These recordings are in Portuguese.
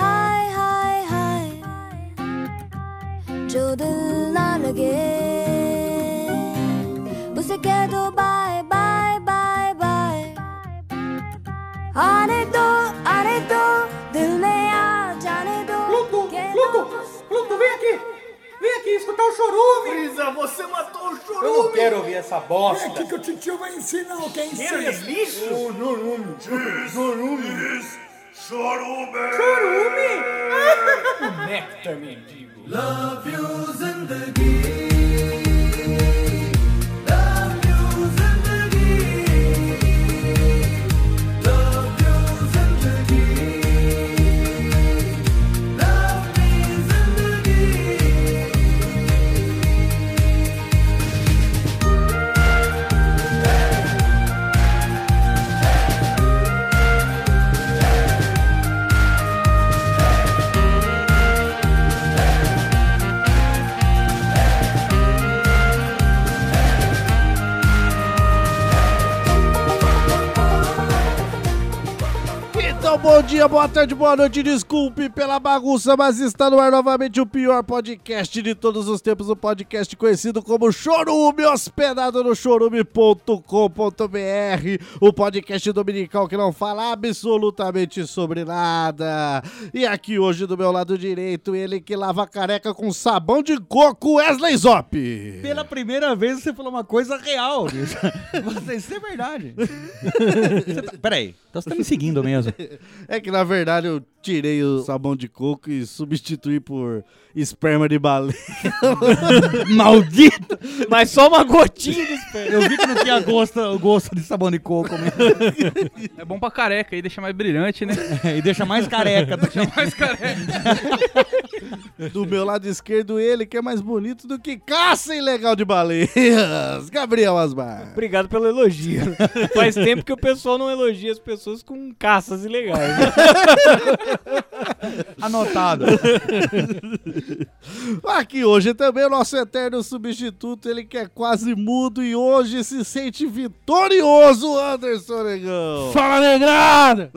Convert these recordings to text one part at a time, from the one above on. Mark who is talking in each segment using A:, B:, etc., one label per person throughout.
A: हाय हाय हाय जो दिल ना लगे उसे कह दो बाय बाय बाय बाय आने दो आने दो दिल में आ जाने दो
B: Pluto,
A: कह
B: Pluto,
A: दो
B: Pluto, vem aqui! Vem aqui escutar o chorume!
C: Brisa, você matou o chorume!
B: Eu não quero ouvir essa
D: É aqui
B: bosta!
D: que o titio vai ensinar o que é incesto.
B: lixo!
C: é Chorume!
B: Chorume! Néctar, mendigo!
E: Então, bom dia, boa tarde, boa noite. Desculpe pela bagunça, mas está no ar novamente o pior podcast de todos os tempos. O podcast conhecido como Chorume, hospedado no chorume.com.br. O podcast dominical que não fala absolutamente sobre nada. E aqui hoje, do meu lado direito, ele que lava a careca com sabão de coco, Wesley Zop.
F: Pela primeira vez você falou uma coisa real, bicho. Você, isso é verdade. Você tá- peraí, então você tá me seguindo mesmo.
E: É que na verdade eu tirei o sabão de coco e substituí por esperma de baleia.
F: Maldito!
G: Mas só uma gotinha de
F: Eu vi que não tinha gosto, gosto de sabão de coco mesmo.
G: É bom pra careca aí, deixa mais brilhante, né?
F: É, E deixa mais careca. tá
G: mais careca.
E: Do meu lado esquerdo, ele que é mais bonito do que caça ilegal de baleias. Gabriel Asmar.
G: Obrigado pelo elogio. Faz tempo que o pessoal não elogia as pessoas com caças ilegais. né?
F: Anotado.
E: Aqui hoje também o nosso eterno substituto, ele que é quase mudo e hoje se sente vitorioso, Anderson Negão.
G: Fala, negrada!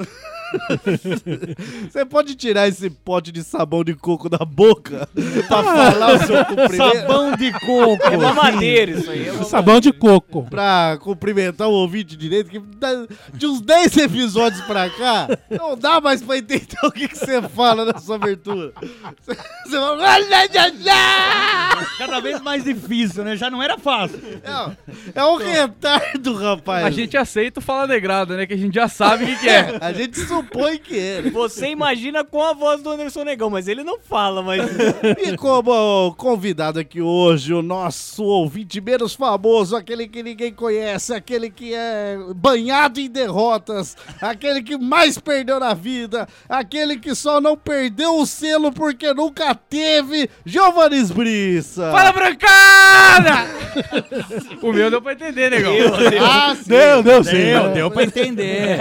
E: Você pode tirar esse pote de sabão de coco da boca pra falar o seu cumprimento?
F: Ah, Sabão de coco.
G: É mamadeira isso aí. É uma
F: Sabão de coco.
E: Pra cumprimentar o ouvinte direito, que da- de uns 10 episódios pra cá, não dá mais pra entender o que que você fala nessa abertura. Você você fala.
F: Cada vez mais difícil, né? Já não era fácil. É.
E: É, é um retardo, rapaz.
H: A gente aceita o Fala Negrada, né? Que a gente já sabe o que, que é.
E: A gente supõe que é.
G: Você imagina com a voz do Anderson Negão, mas ele não fala, mas.
E: E como convidado aqui hoje, o nosso ouvinte menos famoso, aquele que ninguém conhece, aquele que é banhado em derrotas, aquele que mais perdeu na vida, aquele que só não perdeu o selo porque nunca teve, Giovanni Esbriça.
H: Fala, Brancada! o meu deu pra entender, negão.
E: Ah, Deus, Deus,
F: Deu, deu pra entender.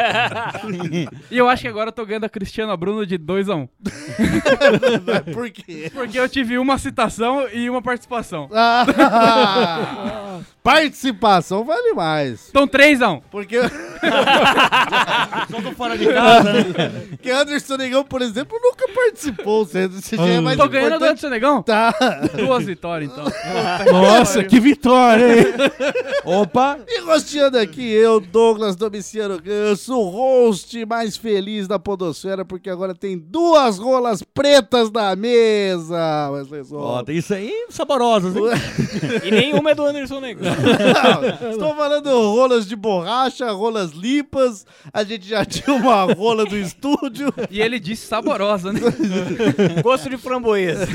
H: E eu acho que agora eu tô ganhando a Cristiana Bruno de 2x1.
E: Por quê?
H: Porque eu tive uma citação e uma participação.
E: Ah, participação vale mais.
H: Então 3x1.
E: Porque...
F: Só tô fora de casa, né?
E: Porque Anderson Negão, por exemplo, nunca participou. Você você já é mais
H: Tô ganhando do
E: importante.
H: seu negão?
E: Tá.
H: Duas vitórias, então.
F: Nossa, que vitória, hein? Opa!
E: E rosteando aqui, eu, Douglas Domiciano Ganso, o host mais feliz da Podosfera, porque agora tem duas rolas pretas na mesa. Wesley
F: Ó,
E: Zop.
F: tem isso aí, saborosas, hein?
G: E nenhuma é do Anderson Negão.
E: Não, Estou falando rolas de borracha, rolas limpas. A gente já tinha uma rola do estúdio.
H: E ele disse saborosa, né?
G: Gosto de framboesa.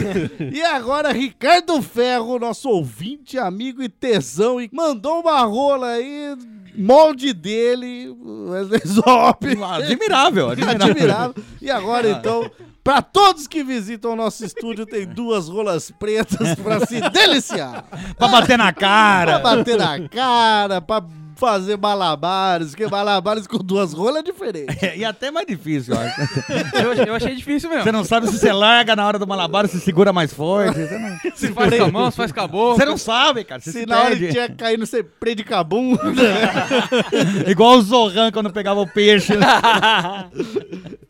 E: E agora, Ricardo Ferro, nosso ouvinte, amigo e tesão, e mandou uma rola aí, molde dele, Wesley Zop.
F: Admirável, admirável.
E: Admirável. E agora, então, Pra todos que visitam o nosso estúdio, tem duas rolas pretas pra se deliciar.
F: Pra bater na
E: Pra
F: cara.
E: bater na cara, pra fazer malabares, que malabares com duas rolas é diferente.
F: É, E até mais difícil, eu acho.
H: Eu, eu achei difícil mesmo.
F: Você não sabe se você larga na hora do malabar, se segura mais forte. Você não,
H: Se faz com a mão, se faz com a boca.
F: você não sabe, cara. Você
E: Se
F: se
E: na hora que
F: perde.
E: tinha caído, você prende com a bunda. né?
F: Igual o Zohan quando pegava o peixe.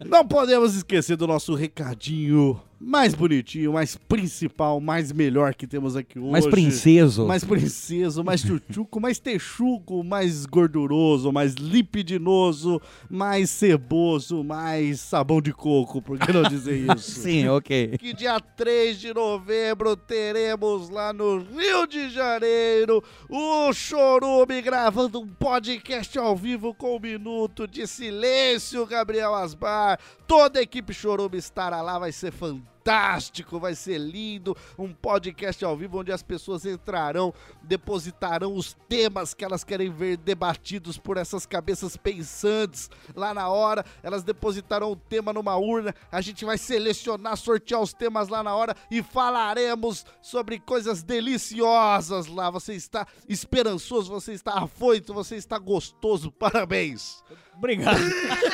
E: Não podemos esquecer do nosso recadinho mais bonitinho, mais principal, mais melhor que temos aqui hoje.
F: Mas princeso.
E: Mais princeso, mais chuchuco, mais texuco, mais gorduroso, mais lipidinoso, mais ceboso, mais sabão de coco, por que não dizer isso?
F: Sim, ok.
E: que dia 3 de novembro teremos lá no Rio de Janeiro o Chorume gravando um podcast ao vivo com um minuto de silêncio, Gabriel Asbar. Toda a equipe Chorume estará lá, vai ser fantástico, vai ser lindo. Um podcast ao vivo onde as pessoas entrarão, depositarão os temas que elas querem ver debatidos por essas cabeças pensantes lá na hora. Elas depositarão o tema numa urna, a gente vai selecionar, sortear os temas lá na hora e falaremos sobre coisas deliciosas lá. Você está esperançoso, você está afoito, você está gostoso. Parabéns.
G: Obrigado.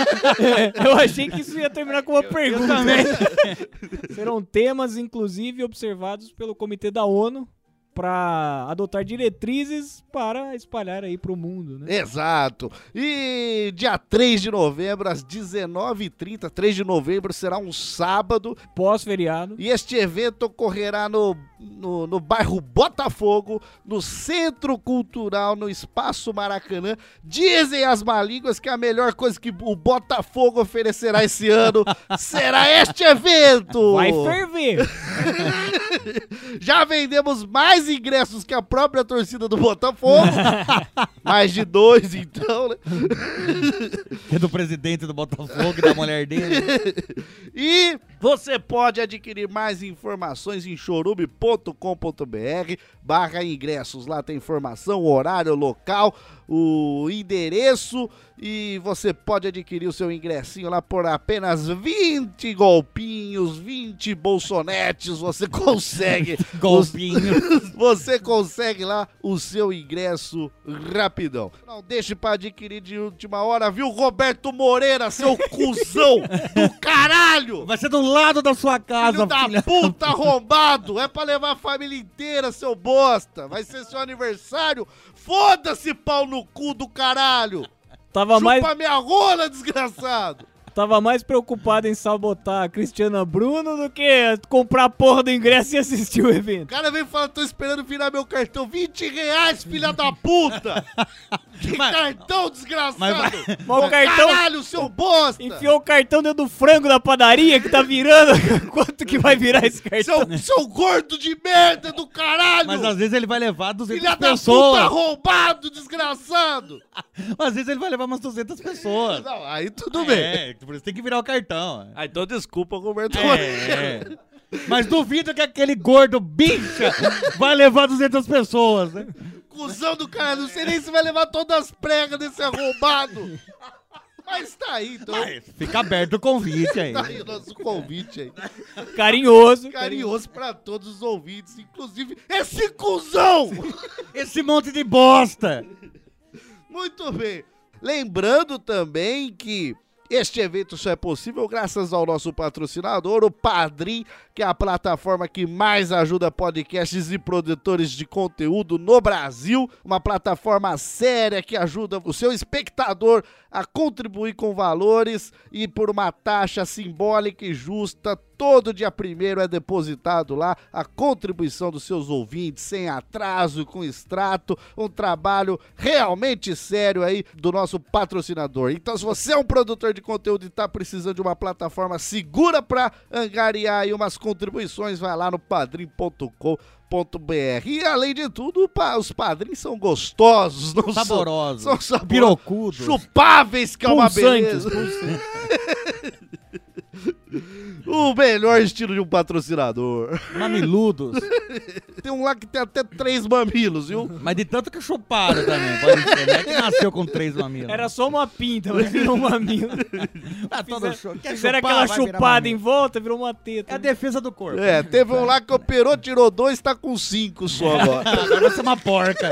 G: eu achei que isso ia terminar com uma pergunta. também. Serão temas, inclusive, observados pelo Comitê da ONU para adotar diretrizes para espalhar aí pro mundo, né?
E: Exato. E dia 3 de novembro, às 19h30, 3 de novembro será um sábado.
G: Pós-feriado.
E: E este evento ocorrerá no, no, no bairro Botafogo, no Centro Cultural, no Espaço Maracanã. Dizem as malínguas que a melhor coisa que o Botafogo oferecerá esse ano será este evento!
G: Vai ferver.
E: Já vendemos mais ingressos que a própria torcida do Botafogo. mais de dois, então, né?
F: É do presidente do Botafogo e da mulher dele.
E: E você pode adquirir mais informações em chorube.com.br barra ingressos. Lá tem informação, o horário, o local, o endereço e você pode adquirir o seu ingressinho lá por apenas 20 golpinhos, 20 bolsonetes, você consegue.
F: Golpinho.
E: Você consegue lá o seu ingresso rapidão. Não deixe pra adquirir de última hora, viu, Roberto Moreira, seu cuzão do caralho!
F: Vai ser do lado da sua
E: Filho
F: casa,
E: da
F: filha.
E: puta arrombado! É pra levar a família inteira, seu bosta! Vai ser seu aniversário! Foda-se, pau no cu do caralho!
G: Tava mais,
E: Chupa minha rola, desgraçado!
G: tava mais preocupado em sabotar a Cristiana Bruno do que comprar a porra do ingresso e assistir o
E: O
G: evento.
E: cara vem falar, tô esperando virar meu cartão. 20 reais, filha da puta! Que cartão desgraçado!
F: mas vai-
G: Mas o cartão-
E: Caralho, seu bosta!
G: Enfiou o cartão dentro do frango da padaria que tá virando. Quanto que vai virar esse cartão?
E: Seu, seu gordo de merda do caralho!
F: Mas às vezes ele vai levar 200
E: Filha da puta
F: pessoas.
E: arrombado, desgraçado! Ah,
F: Às vezes ele vai levar umas 200 pessoas.
E: Não, aí tudo bem.
F: É, por isso tem que virar o cartão.
E: Ah, então desculpa, Roberto.
F: É. Mas duvido que aquele gordo bicha vai levar 200 pessoas, né?
E: Cusão do cara, não sei nem se vai levar todas as pregas desse arrombado. Mas tá aí, então.
F: Fica aberto o convite aí.
E: Tá aí o nosso convite aí.
G: Carinhoso.
E: Carinhoso pra todos os ouvintes, inclusive esse cuzão!
F: Esse monte de bosta.
E: Muito bem. Lembrando também que este evento só é possível graças ao nosso patrocinador, o Padrim, que é a plataforma que mais ajuda podcasts e produtores de conteúdo no Brasil. Uma plataforma séria que ajuda o seu espectador a contribuir com valores e por uma taxa simbólica e justa. Todo dia primeiro é depositado lá a contribuição dos seus ouvintes, sem atraso, com extrato, um trabalho realmente sério aí do nosso patrocinador. Então, se você é um produtor de conteúdo e está precisando de uma plataforma segura para angariar aí umas contribuições, vai lá no padrim.com.br. E além de tudo, pa- os padrinhos são gostosos, não são-
F: Saboroso.
E: São saborosos.
F: Pirocudo.
E: Chupáveis, que é uma
G: Pulsantes,
E: beleza. O melhor estilo de um patrocinador.
F: Mamiludos.
E: Tem um lá que tem até três mamilos, viu?
F: Mas de tanto que chuparam também. pode ser. Não é que nasceu com três mamilos.
G: Era só uma pinta, mas virou um mamilo.
F: ah, todo chu- quer
G: Fizeram
F: chupar,
G: aquela
F: vai virar
G: chupada em
F: mamilo.
G: volta, virou uma teta.
F: É a defesa do corpo.
E: É, teve um lá que operou, tirou dois, tá com cinco só agora.
F: Agora você é uma porca.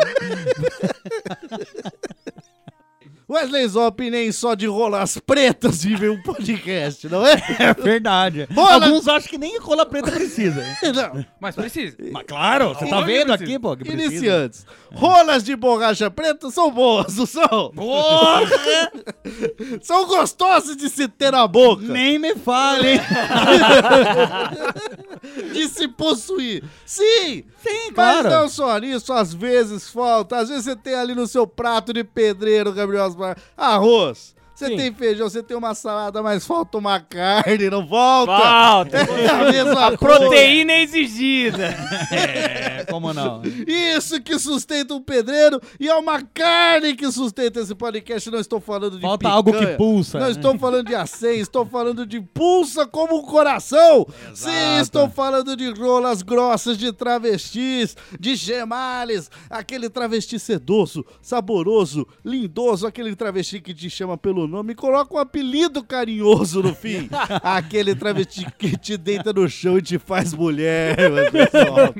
E: Wesley Zop nem só de rolas pretas vive um podcast, não é?
F: É verdade.
E: Bola-
F: Alguns acham que nem cola preta precisa.
E: Não.
H: Mas precisa.
F: Mas claro, você tá
H: Lógico que
F: vendo
H: precisa.
F: aqui, pô, que precisa.
E: Iniciantes. Rolas de borracha preta são boas, não são? São gostosas de se ter na boca,
F: Nem me fale.
E: de se possuir. Sim!
F: Sim,
E: Mas
F: claro.
E: não só nisso, às vezes falta. Às vezes você tem ali no seu prato de pedreiro, Gabriel Asmar, arroz. Você
G: Sim.
E: tem feijão, você tem uma salada, mas falta uma carne, não volta?
G: Falta.
E: É a mesma coisa.
G: Proteína exigida.
F: É, como não?
E: Isso que sustenta um pedreiro e é uma carne que sustenta esse podcast. Não estou falando de
F: Falta
E: picanha,
F: algo que pulsa. né?
E: Não estou falando de aceio, estou falando de pulsa como o coração. Sim, estou falando de rolas grossas, de travestis, de gemales. Aquele travesti sedoso, saboroso, lindoso. Aquele travesti que te chama pelo nome e coloca um apelido carinhoso no fim. aquele travesti que te deita no chão e te faz mulher. meu pessoal.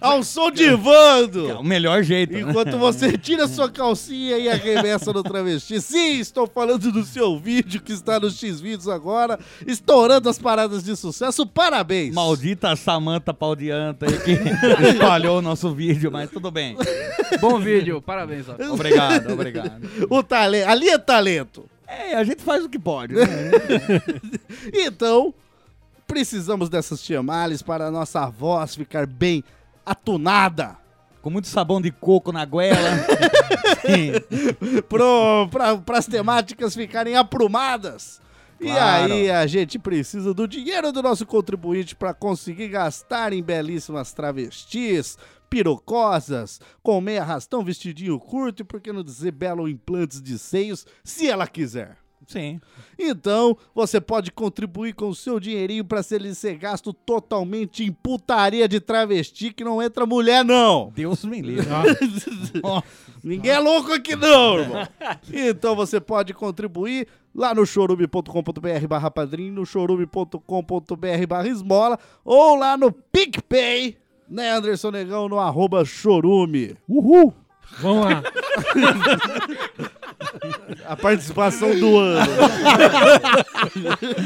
E: Ao som de Vando.
F: É o melhor jeito. né?
E: Enquanto você tira sua calcinha e arremessa no travesti. Sim, estou falando do seu vídeo que está nos X-Vídeos agora, estourando as paradas de sucesso. Parabéns!
F: Maldita Samanta Paudianta aí que espalhou o nosso vídeo, mas tudo bem.
H: Bom vídeo, parabéns. Ó.
F: Obrigado, obrigado.
E: O talento. Ali é talento.
F: É, a gente faz o que pode, né?
E: Então, precisamos dessas chamales para a nossa voz ficar bem atunada.
F: Com muito sabão de coco na goela. Sim.
E: Para as temáticas ficarem aprumadas.
F: Claro.
E: E aí a gente precisa do dinheiro do nosso contribuinte para conseguir gastar em belíssimas travestis, pirocosas, com meia arrastão, vestidinho curto e por que não dizer belo implantes de seios, se ela quiser.
F: Sim.
E: Então, você pode contribuir com o seu dinheirinho para ele ser gasto totalmente em putaria de travesti que não entra mulher, não.
F: Deus me livre.
E: Ninguém é louco aqui não, irmão. Então você pode contribuir lá no chorume.com.br barra padrinho, no chorume.com.br barra esmola ou lá no PicPay, né, Anderson Negão, no arroba chorume.
F: Uhul.
H: Vamos lá.
E: A participação do ano.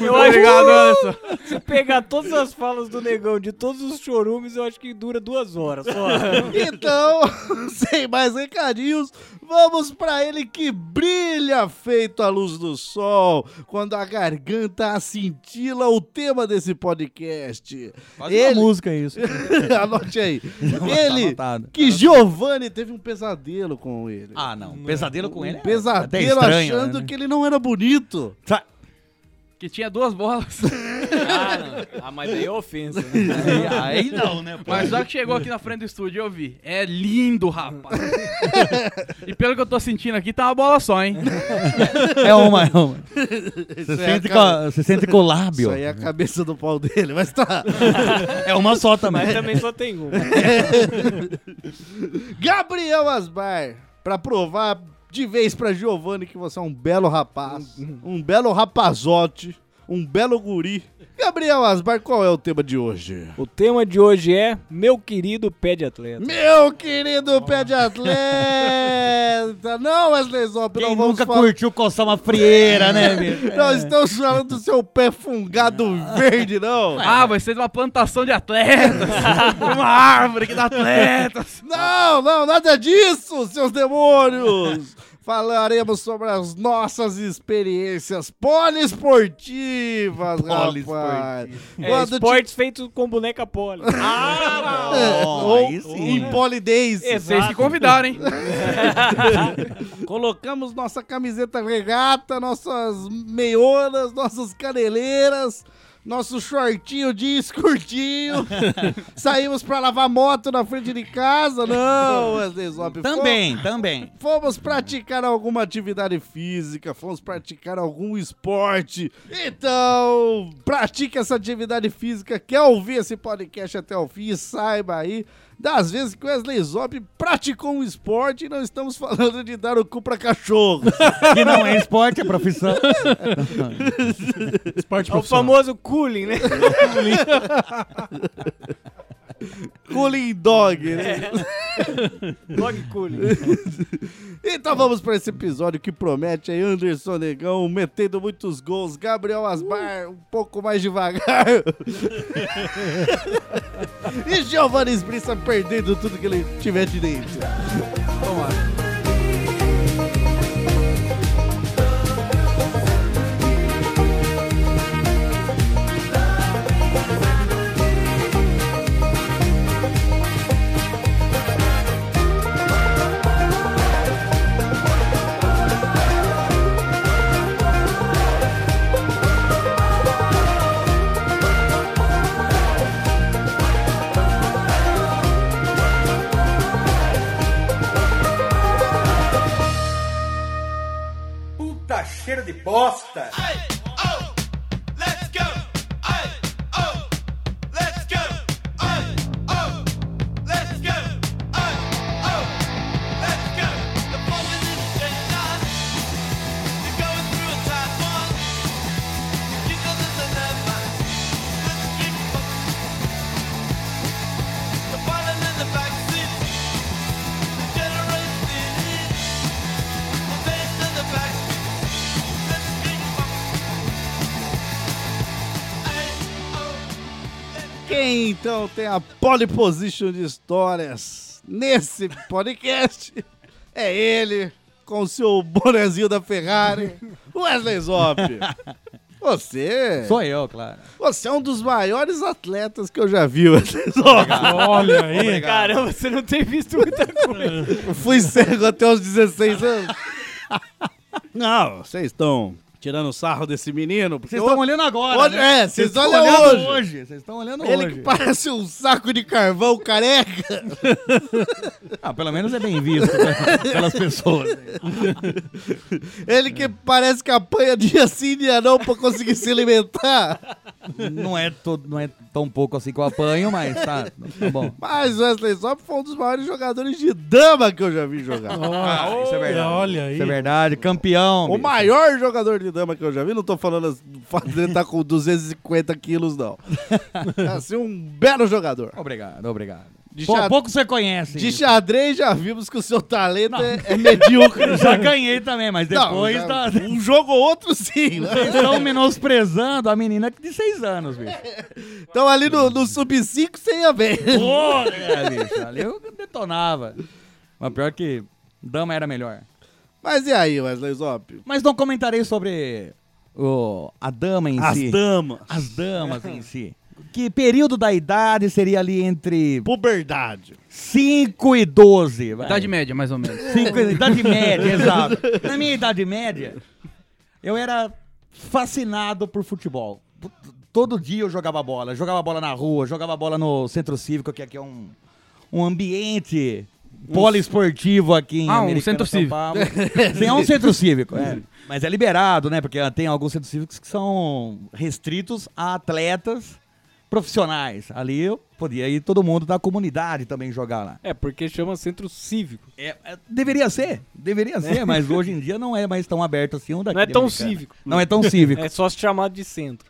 G: Eu
E: tá
G: acho
H: Obrigado, Anderson.
G: Se pegar todas as falas do negão de todos os chorumes, eu acho que dura duas horas só.
E: Então, sem mais recadinhos, vamos pra ele que brilha feito a luz do sol, quando a garganta acintila o tema desse podcast.
F: Quase uma música isso.
E: Anote aí.
F: tá
E: Ele,
F: anotado.
E: que Giovanni teve um pesadelo com ele. Um
F: Ah, não. Pesadelo com ele é até
E: pesadelo
F: estranho,
E: achando
F: né?
E: que ele não era bonito.
F: Sa-
H: Que tinha duas bolas.
G: Ah, mas daí é ofensa, né?
F: Aí não, né? pô?
H: Mas só que chegou aqui na frente do estúdio, eu vi. É lindo, rapaz. e pelo que eu tô sentindo aqui, tá uma bola só, hein?
F: É uma, é uma.
E: Isso
F: Você
E: aí é
F: sente,
E: a
F: com
E: ca-
F: a- você sente com o lábio.
E: Isso aí é a cabeça do pau dele, mas tá.
F: É uma só também.
G: Mas também só tem um. uma.
E: Gabriel Asbar, pra provar de vez pra Giovanni que você é um belo rapaz, um belo rapazote, um belo guri. Gabriel Asbar, qual é o tema de hoje?
G: O tema de hoje é Meu querido pé de atleta.
E: Meu querido pé de atleta! Não, Wesley Zop,
F: Quem
E: não vamos
F: nunca
E: falar
F: curtiu coçar uma frieira, né, bicho?
E: Não estamos falando do seu pé fungado verde, não.
H: Ah, vai ser uma plantação de atletas. uma árvore que dá atletas.
E: Não, não, nada disso, seus demônios. Falaremos sobre as nossas experiências poliesportivas, rapaz.
G: É,
E: Quando
G: esportes feitos com boneca poli.
E: te-
D: Ah,
E: é,
F: Ó,
E: ou-
F: aí sim.
E: em polidense.
H: Vocês que convidaram, hein?
E: Colocamos nossa camiseta regata, nossas meionas, nossas caneleiras nosso shortinho jeans curtinho. Saímos pra lavar moto na frente de casa. Não, Wesley Zop.
F: Também, também.
E: Fomos praticar alguma atividade física, fomos praticar algum esporte. Então, pratique essa atividade física, quer ouvir esse podcast até o fim, saiba aí das vezes que o Wesley Zop praticou um esporte e não estamos falando de dar o cu pra cachorro.
F: Que não é esporte, é profissão.
G: É o famoso cooling, né?
E: Cooling dog, né?
G: Dog cooling.
E: Então vamos para esse episódio que promete aí Anderson Negão metendo muitos gols, Gabriel Asmar um pouco mais devagar e Giovanni Esbrissa perdendo tudo que ele tiver direito.
B: Puta cheiro de bosta.
E: Quem então tem a pole position de histórias nesse podcast é ele com o seu bonezinho da Ferrari, Wesley Zop. Você,
F: Sou eu, claro.
E: você é um dos maiores atletas que eu já vi, Wesley Zop.
I: Olha aí.
G: Caramba, você não tem visto muita coisa.
E: Eu fui cego até os 16 anos. Não, Ah, vocês estão tirando sarro desse menino. porque
F: Vocês estão
E: hoje-
F: olhando agora.
E: hoje-
F: né?
E: É, vocês
F: tão
E: olham
F: olhando
E: hoje.
F: Vocês estão olhando
E: Ele
F: hoje.
E: que parece um saco de carvão careca.
F: Ah, pelo menos é bem visto né, pelas pessoas.
E: Ele que parece que apanha dia sim, dia não pra conseguir se alimentar.
F: Não é, todo, não é tão pouco assim que eu apanho, mas tá, tá bom.
E: Mas o Wesley Zop foi um dos maiores jogadores de dama que eu já vi jogar.
F: Ah, isso é verdade.
I: Olha aí.
F: Isso é verdade, campeão.
E: O
F: bicho.
E: maior jogador de dama que eu já vi, não tô falando as- do fato dele estar com 250 quilos, não. É, assim, um belo jogador.
F: Obrigado, obrigado.
E: De
F: Pou-
E: xadrez-
F: pouco você conhece.
E: De
F: isso.
E: xadrez já vimos que o seu talento é, é medíocre.
F: Já ganhei também, mas
E: Não,
F: depois
E: já-
F: tá.
E: Um jogo ou outro, sim. né?
F: Vocês estão menosprezando a menina de 6 anos, bicho.
E: Então ali no, no sub-5 você ia bem.
F: Porra! É, bicho, ali eu detonava. Mas pior que dama era melhor.
E: Mas e aí, Wesley Zop?
F: Mas não comentarei sobre o, a dama em si.
E: damas.
F: As damas em si. Que período da idade seria ali entre
E: Puberdade.
F: 5 e 12? vai.
H: Idade média, mais ou menos.
F: Cinco- idade média, exato. Na minha idade média, eu era fascinado por futebol. Put- Todo dia eu jogava bola. Jogava bola na rua, jogava bola no centro cívico, que aqui é um, um ambiente poliesportivo aqui em
H: Ah, um
F: Americana,
H: centro
F: São
H: cívico.
F: Paulo. Sim, é um centro cívico, é. Mas é liberado, né? Porque tem alguns centros cívicos que são restritos a atletas profissionais. Ali eu podia ir todo mundo da comunidade também jogar lá.
G: É, porque chama centro cívico.
F: É, é, deveria ser, deveria ser, mas hoje em dia não é mais tão aberto assim. o daqui
G: Não é
F: de
G: tão
F: Americana.
G: cívico.
F: Não é tão cívico.
G: É só se chamar de centro.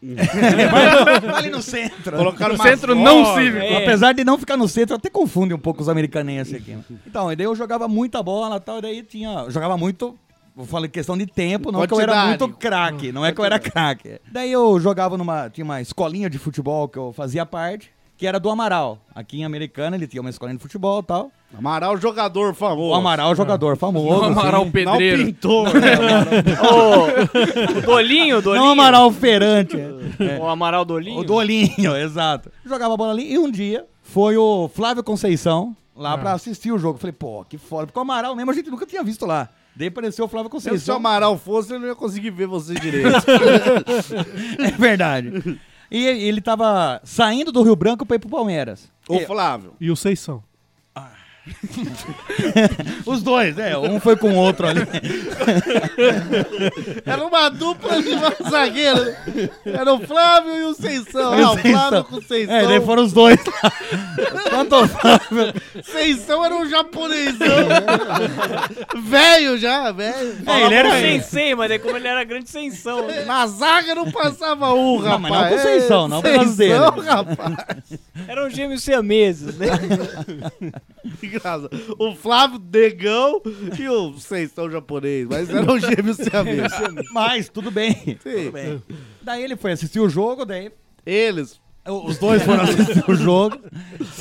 F: Vai ali no centro.
H: No centro não cívico.
G: É.
F: Apesar de não ficar no centro, até confunde um pouco os americanenses aqui. né? Então, e daí eu jogava muita bola e tal, e daí tinha. Jogava muito. Vou falar em questão de tempo, não que eu era
E: Quantidade.
F: muito craque, não é que eu era craque. Daí eu jogava numa. Tinha uma escolinha de futebol que eu fazia parte, que era do Amaral. Aqui em Americana ele tinha uma escolinha de futebol e tal.
E: Amaral, jogador famoso.
F: O Amaral, jogador famoso.
H: Amaral
F: assim.
E: Não
H: Pedreiro.
E: pintor.
G: Ô, o Dolinho, o Dolinho.
F: Não o Amaral Ferante. É.
G: O Amaral Dolinho.
F: O Dolinho, exato. Jogava bola ali e um dia foi o Flávio Conceição lá pra assistir o jogo. Falei, pô, que foda. Porque o Amaral mesmo a gente nunca tinha visto lá. Daí apareceu o Flávio
E: Se o seu
F: Conceição.
E: Amaral fosse, eu não ia conseguir ver você direito.
F: É verdade. E ele tava saindo do Rio Branco pra ir pro Palmeiras.
E: Ô, Flávio.
I: E os seis são.
F: Os dois, né? Um foi com o outro ali.
E: Era uma dupla de zagueiro. né? Era o Flávio e o Seição. É, o Flávio com o Seição.
F: É, daí foram os dois lá. Tanto o Flávio.
E: Seição era um japonesão. velho já, velho.
F: É, ele era
G: Era sensei, mas aí como ele era grande sensão. né?
E: Na zaga não passava um,
F: Não,
E: rapaz.
F: mas não com o Seição, não por causa dele.
E: Seição, rapaz.
G: Eram gêmeos siameses, né?
E: Que graça. O Flávio Negão e o Seição japonês. Mas eram gêmeos siameses.
F: Mas, tudo bem.
E: Sim.
F: Daí ele foi assistir o jogo, daí
E: Eles.
F: os dois foram assistir o jogo.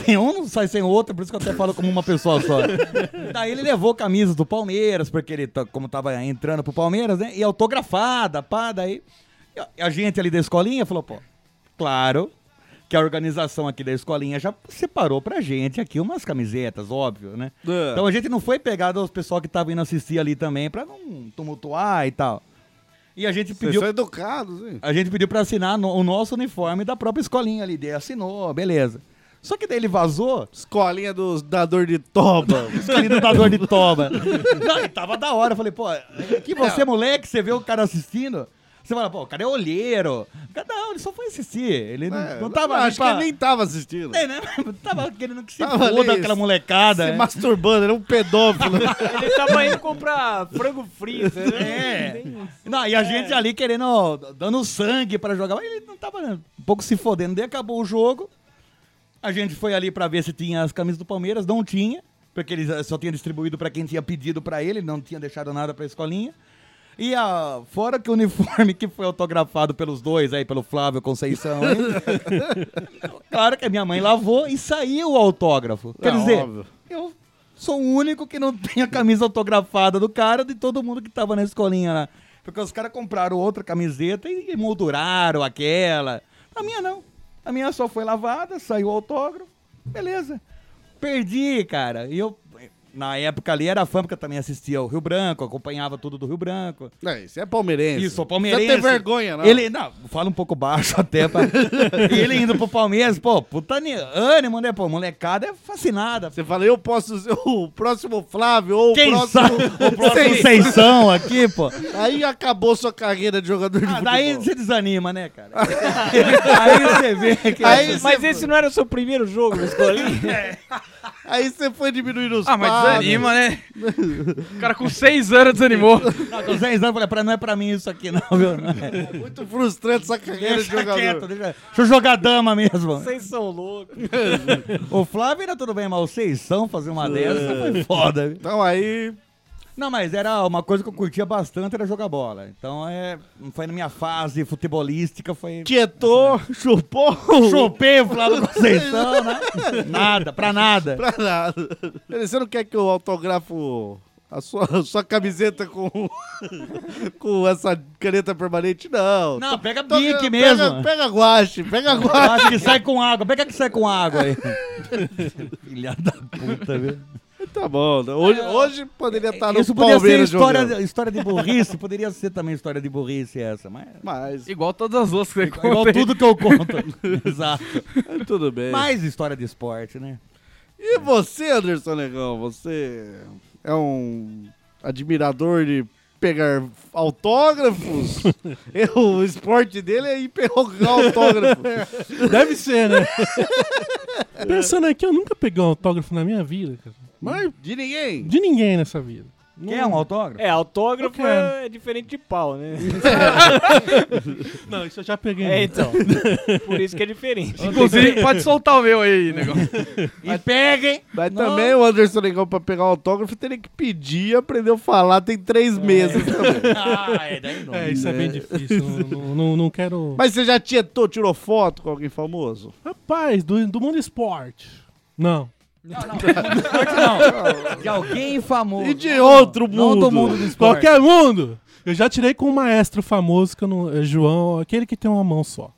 F: Sem um não sai sem o outro, por isso que eu até falo como uma pessoa só. Daí ele levou camisas do Palmeiras, porque ele, tá- como tava entrando pro Palmeiras, né? E autografada, pá, daí. e a- A gente ali da escolinha falou, pô, claro que a organização aqui da escolinha já separou pra gente aqui umas camisetas, óbvio, né?
E: É.
F: Então a gente não foi pegado aos pessoal que tava indo assistir ali também pra não tumultuar e tal. E a gente
E: Vocês
F: pediu.
E: são educados, hein?
F: A gente pediu pra assinar no- o nosso uniforme da própria escolinha ali. Daí assinou, beleza. Só que daí ele vazou.
E: Escolinha dos dador de toba.
F: Escolinha da dor de toma. Não, e tava da hora. Eu falei, pô, que você, moleque, você vê o cara assistindo. Você fala, pô, o cara é olheiro. Não, ele só foi assistir. Ele não, não tava. ali
E: É, Acho que
F: pra-
E: ele nem tava assistindo.
F: É, né? Tava querendo que se
E: Tava ali
F: foda aquela
E: se-
F: molecada.
E: Se
F: né?
E: masturbando, era um pedófilo.
G: Ele tava indo comprar frango frito, né?
F: É. Não, e a gente ali querendo, ó, dando sangue pra jogar. Mas ele não tava né, um pouco se fodendo. Daí acabou o jogo. A gente foi ali pra ver se tinha as camisas do Palmeiras. Não tinha, porque eles eh, só tinham distribuído pra quem tinha pedido pra ele. Não tinha deixado nada pra escolinha. E a, fora que o uniforme que foi autografado pelos dois aí, pelo Flávio Conceição. aí, claro que a minha mãe lavou e saiu o autógrafo. Quer
E: É,
F: dizer,
E: óbvio.
F: eu sou o único que não tem a camisa autografada do cara de todo mundo que tava na escolinha lá. Porque os caras compraram outra camiseta e emolduraram aquela. A minha não. A minha só foi lavada, saiu o autógrafo, beleza. Perdi, cara. E eu, na época ali, era fã, porque eu também assistia o Rio Branco, acompanhava tudo do Rio Branco.
E: Não, isso é palmeirense.
F: Isso, o palmeirense.
E: Você tem vergonha, não?
F: Ele, não, fala um pouco baixo até. Pra... ele indo pro Palmeiras, pô, puta ni- ânimo, né, pô? Molecada é fascinada.
E: Você fala, eu posso ser o próximo Flávio ou
F: Quem
E: o próximo...
F: sabe?
E: o próximo-
F: Conceição aqui, pô.
E: Aí acabou sua carreira de jogador de
F: Ah,
E: futebol.
F: daí você desanima, né, cara? aí você vê que.
E: Aí você
G: Mas esse não era o seu primeiro jogo na escolinha?
E: Aí você foi diminuindo os
H: Ah, mas
E: passos.
H: desanima, né? O cara com seis anos desanimou.
F: Não, com 10 anos, eu falei, pra- não é pra mim isso aqui, não, viu? Não é.
E: Muito frustrante essa carreira de
F: Deixa
E: jogador.
F: quieto, deixa, deixa eu jogar dama mesmo.
G: Vocês são loucos.
F: O Flávio ainda tudo bem, mas o Seição fazer uma dessa foi foda, viu?
E: Então aí...
F: Não, mas era uma coisa que eu curtia bastante, era jogar bola. Então é, foi na minha fase futebolística, foi.
E: Tietou, chupou...
F: Chopei o Flávio Conceição, né? Nada, pra nada.
E: Pra nada. Ele, Você não quer que eu autografo a sua, a sua camiseta com, com essa caneta permanente? Não.
F: Não, pega
E: Tô- pega-
F: bique mesmo.
E: Pega guache, pega
F: Eu
E: guache.
F: acho que sai com água. Pega que sai com água aí. Filha da puta, viu?
E: Tá bom. né? Hoje, hoje poderia estar no
F: É. Isso poderia ser
E: Palmeiras jogando.
F: história, história de burrice, poderia ser também história de burrice essa, mas. é
E: Mas
H: Igual todas as outras que você
F: Igual
H: conta aí.
F: tudo que eu conto. Exato.
E: é tudo bem.
F: Mais história de esporte, né?
E: E você, Anderson Negão? Você é um admirador de pegar autógrafos? Eu- o esporte dele é ir pegar autógrafo.
I: Deve ser, né? Pensando aqui, eu nunca peguei um autógrafo na minha vida, cara.
E: Mas de ninguém.
I: De ninguém nessa vida.
F: Quem é um autógrafo?
G: É, autógrafo
I: Eu quero.
G: é diferente de pau, né?
I: Não, isso eu já peguei.
G: É, então. Por isso que é diferente.
H: Inclusive, pode soltar o meu aí, negócio.
F: E peguem!
E: Mas também o Anderson Negão, pra pegar autógrafo, teria que pedir e aprender a falar tem três meses também.
F: É. Ah, é daí não.
I: É, isso é bem difícil. não, não, não, não quero.
E: Mas você já tietou, tirou foto com alguém famoso?
I: Rapaz, do, do mundo esporte. Não.
F: É De alguém famoso.
E: E de outro mundo?
F: Não do mundo do esporte.
I: Qualquer mundo! Eu já tirei com um maestro famoso, que eu não, é João, aquele que tem uma mão só.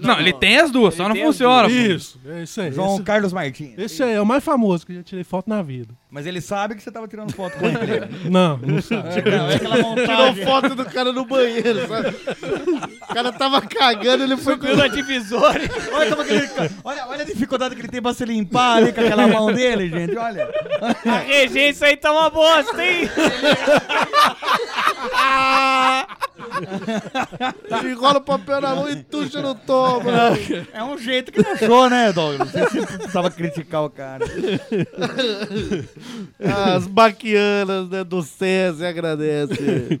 H: Não, ele tem as duas, só não funciona. pô.
I: Isso, é isso aí.
F: João
I: esse,
F: Carlos Martins.
I: esse aí é o mais famoso que eu já tirei foto na vida.
F: Mas ele sabe que você tava tirando foto com ele.
I: Não, não sabe.
F: Não, é aquela
E: Tirou
F: montagem.
E: foto do cara no banheiro, sabe? cara tava cagando, ele foi com...
G: Subiu na divisória.
F: Olha, como é que ele, olha, olha a dificuldade que ele tem pra se limpar ali com aquela mão dele, gente. Olha.
G: A regência aí tá uma bosta, hein?
E: Enrola o papel na mão e tuxa no tomo. Né?
F: É um jeito que ele achou, né, Douglas? Você sempre precisava criticar o cara.
E: As baquianas né, do César agradece.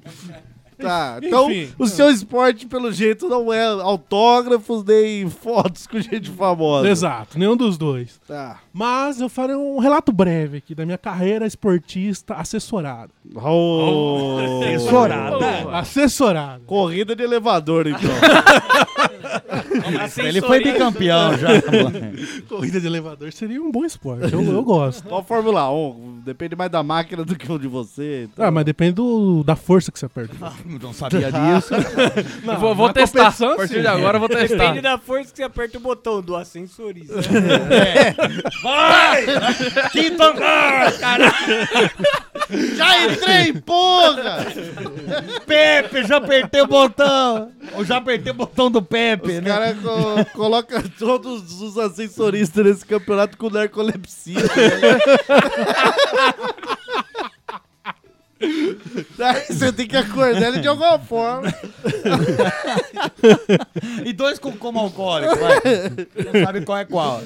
E: Tá, então
I: Enfim.
E: o seu esporte, pelo jeito, não é autógrafos nem fotos com gente famosa.
I: Exato, nenhum dos dois.
E: Tá.
I: Mas eu farei um relato breve aqui da minha carreira esportista assessorada.
E: Oh.
F: Sorada.
I: Assessorada.
E: Corrida de elevador, então.
F: Ele foi bicampeão já.
I: Corrida de elevador seria um bom esporte, eu, eu gosto.
E: Qual Fórmula 1? Depende mais da máquina do que de você. então.
I: Ah, mas depende do- da força que você aperta.
F: Não sabia disso.
H: Eu vou vou testar. A partir de agora eu vou testar.
G: Depende da força que você aperta o botão do ascensorista.
F: Quinto ah,
E: Já entrei, porra!
F: Pepe, já apertei o botão. Eu já apertei o botão do Pepe,
E: Os
F: né?
E: caras co colocam todos os assessoristas nesse campeonato com narcolepsia. tá Daí você tem que acordar ele de alguma forma.
F: E dois com coma alcoólico, vai. Não sabe qual é qual.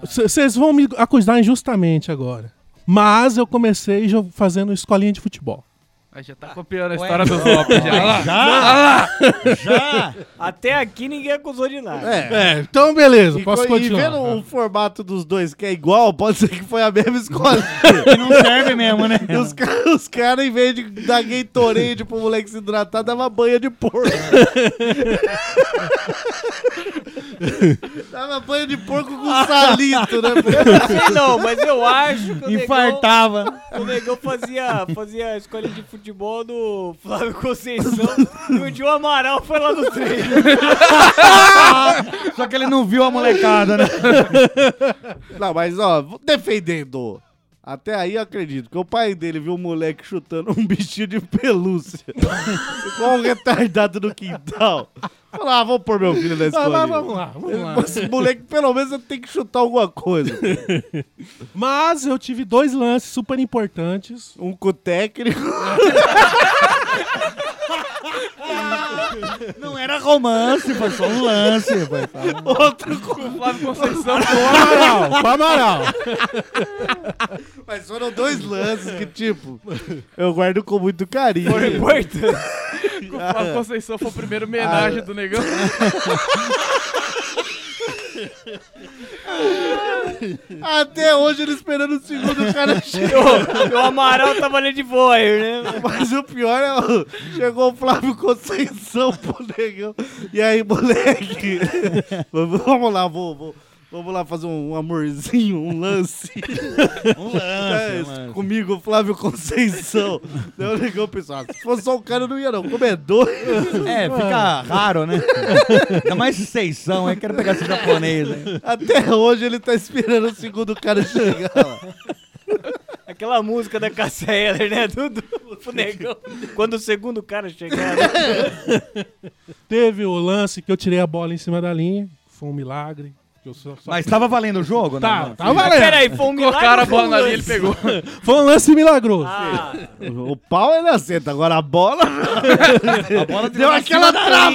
I: Vocês vão me acusar injustamente agora. Mas eu comecei já fazendo escolinha de futebol.
H: Aí já tá copiando a
F: Ué.
H: história do Zop já. Olha lá.
F: Já?
G: Até aqui ninguém acusou de nada.
I: É, então beleza,
E: E,
I: posso
E: co- e
I: continuar. É. né?
E: vendo o formato dos dois que é igual, pode ser que foi a mesma escola.
F: Que não serve mesmo, né?
E: E os
I: É.
E: caras, os cara, em vez de dar Gatorade pro moleque se hidratar, dava banha de porco. dava banho de porco com salito, né?
G: Sei não, mas eu acho que o negão,
F: Infartava.
G: o negão fazia, fazia a escolha de futebol do Flávio Conceição e o Diogo Amaral foi lá no treino.
F: Só que ele não viu a molecada, né?
E: Não, mas ó, vou defendendo. Até aí eu acredito, que o pai dele viu um moleque chutando um bichinho de pelúcia. Igual um retardado no quintal. Falou, ah, vou pôr meu filho na
I: Ah,
E: escola.
I: mas vamos lá, vamos lá.
E: Esse moleque, pelo menos, tem que chutar alguma coisa.
I: Mas eu tive dois lances super importantes.
E: Um com o técnico.
F: Não era romance, foi só um lance. Foi só um-
H: Flávio Conceição.
I: Amaral, pra Amaral.
E: Mas foram dois lances que, tipo, eu guardo com muito carinho.
H: Foi importante. O Flávio Conceição foi o primeiro homenagem do negão.
E: Até hoje ele esperando o segundo cara chegar.
G: O Amaral tava ali de voyeur, né?
E: Mas o pior é. o- Chegou o Flávio Conceição pro negão. E aí, moleque? Vamos vamos lá, vou. vou- Vamos lá fazer um amorzinho, um lance.
F: Um lance.
E: É,
F: um lance.
E: comigo, Flávio Conceição. Daí o negão pensou, ah, se fosse só um cara, eu não ia não. Como é dois.
F: É, fica raro, né? Ainda mais de seição, hein? Quero pegar esse japonês, hein?
E: Até hoje ele tá esperando o segundo cara chegar lá.
G: Aquela música da Cassia Eller, né? Do, do, do negão. Quando o segundo cara chegar. né?
I: Teve o lance que eu tirei a bola em cima da linha. Foi um milagre. que eu só- só-
F: Mas tava valendo o jogo, né?
I: Tá,
F: Não.
I: Ah, tá
G: Mas
I: valendo.
G: Peraí, foi um milagre.
H: Colocaram a
G: ou foi
H: bola
G: um
H: na linha, ele
G: lance?
H: pegou.
I: Foi um lance milagroso.
G: Ah,
E: O pau ele aceita, agora a bola
F: A bola
E: Deu aquela travada.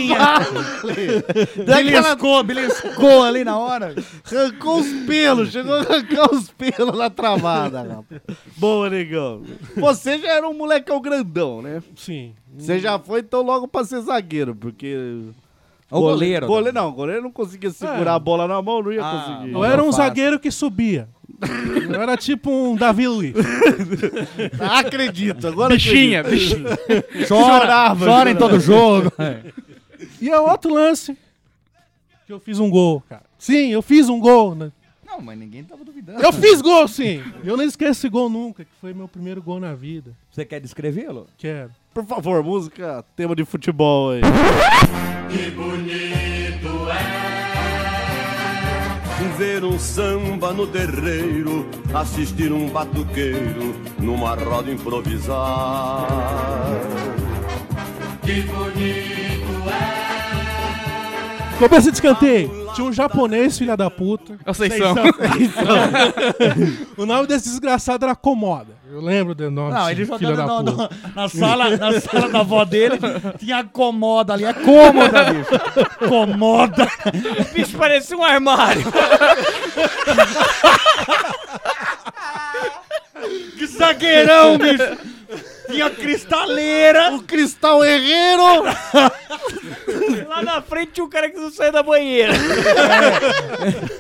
E: Deu aquela...
F: Beliscou, beliscou ali na hora.
E: Arrancou os pelos. Chegou a arrancar os pelos na travada, rapaz. Boa, negão. Você já era um molecão grandão, né?
I: Sim.
E: Você já foi então logo pra ser zagueiro, porque...
F: O goleiro. né?
E: Goleiro não, goleiro não conseguia segurar a bola na mão, não ia
F: Ah,
E: conseguir.
I: Eu era um
F: fácil.
I: zagueiro que subia. Eu era tipo um Davi Luiz.
E: Ah, Acredito, agora
H: Bichinha, bichinha.
F: Chora,
E: Chorava,
F: chora em
I: então.
E: chorava.
F: todo jogo.
I: E é outro lance que eu fiz um gol, cara. Sim, eu fiz um gol. né?
F: Não, mas ninguém tava duvidando.
I: Eu fiz gol, sim. Eu não esqueço esse gol nunca, que foi meu primeiro gol na vida. é
F: Você quer descrevê-lo?
I: Quero.
E: Por favor, música, tema de futebol aí.
C: Ver um samba no terreiro, assistir um batuqueiro numa roda improvisar. Que bonito
I: Cobrança de escanteio. Tinha um japonês, filha da puta. Então,
H: É o Seição.
I: o nome desse desgraçado era Comoda. Eu lembro do nome.
F: Não, Ah,
I: desse
F: ele
I: filho
F: jogando
I: da
F: na,
I: puta.
F: na- na sala, na sala da avó dele, tinha comoda ali. É cômoda, bicho. Comoda.
G: O bicho parecia um armário.
F: Que zagueirão, bicho. Tinha cristaleira.
E: O Cristal Herreiro!
G: Lá na frente tinha um cara que não saía da banheira.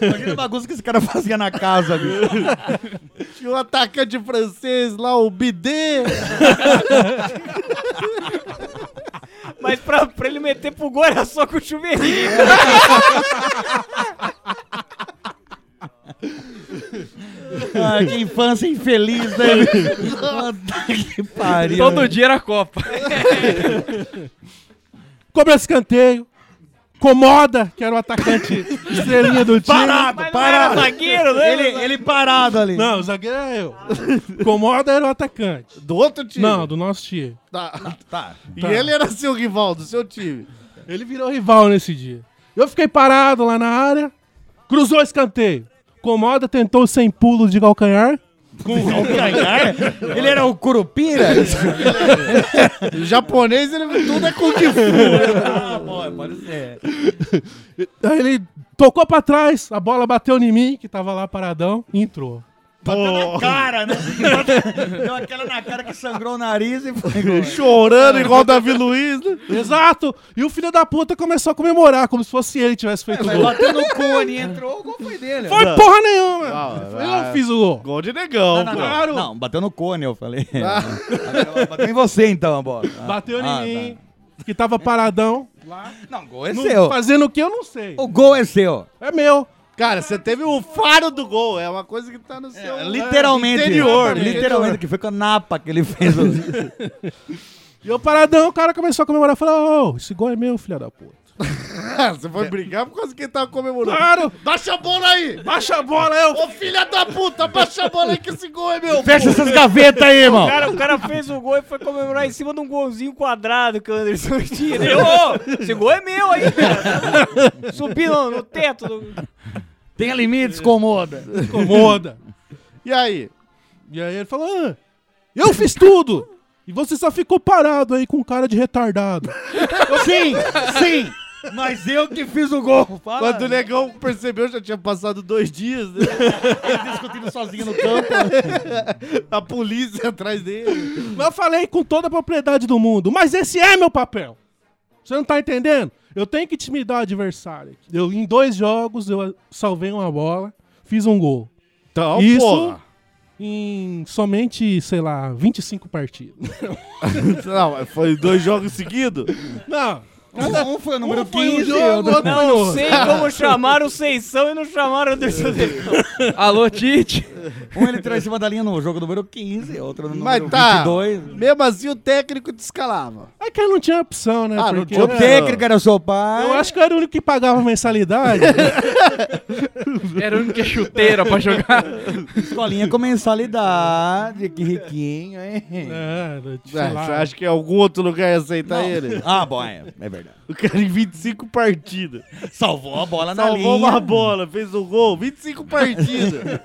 F: Imagina a bagunça que esse cara fazia na casa, bicho.
E: Tinha o atacante francês lá, o Bidê.
G: Mas pra, pra ele meter pro gol era só com o chuveirinho.
I: É,
F: Ah, que infância infeliz, né? bicho? Puta que pariu.
H: Todo dia era Copa.
I: Cobrança de escanteio. Comoda, que era o atacante estrelinha do time.
F: Parado,
G: Mas não era
F: parado.
G: zagueiro, né?
F: Ele, ele parado ali.
I: Não, o zagueiro era eu. Comoda era o atacante.
E: Do outro time.
I: Não, do nosso time.
E: Tá.
F: Tá.
E: E
I: tá.
E: ele era seu rival, do seu time.
I: Ele virou rival nesse dia. Eu fiquei parado lá na área, cruzou o escanteio. Comoda tentou sem pulo de calcanhar.
F: Ele era o Curupira?
E: O japonês, ele tudo é com
F: ah, bom, pode ser.
I: Aí ele tocou pra trás, a bola bateu em mim, que tava lá paradão, e entrou.
F: Bateu na cara, né? Deu aquela na cara que sangrou o nariz e foi.
E: chorando igual o Davi Luiz. né?
I: É. Exato! E o filho da puta começou a comemorar, como se fosse ele que tivesse
E: É,
I: feito o
F: Mas
I: gol.
F: bateu no cone, entrou, o gol foi dele.
I: Foi porra nenhuma!
E: Não,
I: eu não fiz o gol.
E: Gol de
I: Então,
E: negão, pô.
I: claro.
F: Não, bateu no cone, eu falei. Bateu em você, então, a bola. Ah,
I: Ah. Bateu em
F: ah,
I: mim, que tava paradão,
F: Não, o gol é
I: não-
F: seu.
I: fazendo o que eu não sei.
F: O gol é seu.
I: É meu.
E: Cara, você teve o faro do gol. É uma coisa que tá no
I: É,
E: seu...
F: Literalmente.
E: Interior, né?
F: literalmente, que foi com a napa que ele fez. o-
I: E eu paradão, o cara começou a comemorar. Falou, ô, esse gol é meu, filho da puta.
E: Ah, Você foi brigar por causa que ele tava comemorando.
I: Claro!
E: Baixa a bola aí!
I: Ah. Baixa a bola, eu
E: Ô, filha da puta, baixa a bola aí que esse gol é meu!
F: Fecha essas gavetas aí, irmão.
G: Cara, o cara fez o gol e foi comemorar em cima de um golzinho quadrado que o Anderson tinha. Ele, ô, esse gol é meu aí, cara. Subi no, no teto. do-
F: Tem limites, comoda.
I: incomoda.
E: E aí?
I: E aí ele falou: "Ah, Eu fiz tudo! E você só ficou parado aí com cara de retardado.
F: Sim, sim. Mas eu que fiz o gol. Fala.
E: Quando o negão percebeu, já tinha passado dois dias, né?
F: discutindo sozinho no campo.
E: A polícia atrás dele.
I: Mas eu falei com toda a propriedade do mundo, mas esse é meu papel. Você não tá entendendo? Eu tenho que intimidar o adversário. Eu, em dois jogos, eu salvei uma bola, fiz um gol.
E: Então,
I: Isso
E: porra.
I: em somente, sei lá, 25 partidas.
E: Não, foi dois jogos seguidos?
I: Não,
F: Um foi o número
I: foi um
F: 15,
I: jogo,
F: outro-
I: outro foi
G: Não
I: outro.
G: sei como chamaram o Seição e não chamaram o Anderson Negão.
H: Alô, Tite.
F: Um ele tirou em cima da linha no jogo número 15, outro no
E: Mas
F: número
E: tá.
F: 22.
E: Mesmo assim, o técnico te escalava.
I: É que eu não tinha opção, né?
E: Ah, não
I: Porque
E: tinha
F: É O
I: eu-
F: técnico era o seu pai.
I: Eu acho que eu era o único que pagava mensalidade.
H: Era a única chuteira é pra jogar.
F: Escolinha com mensalidade, que riquinho, hein?
I: é, sei
E: É,
I: lá.
E: você acha que em algum outro lugar ia aceitar Tá ele?
F: Ah, bom, é, é verdade.
E: O cara em 25 partidas.
F: Salvou a bola na
E: Salvou
F: linha.
E: uma bola, fez o gol, 25 partidas.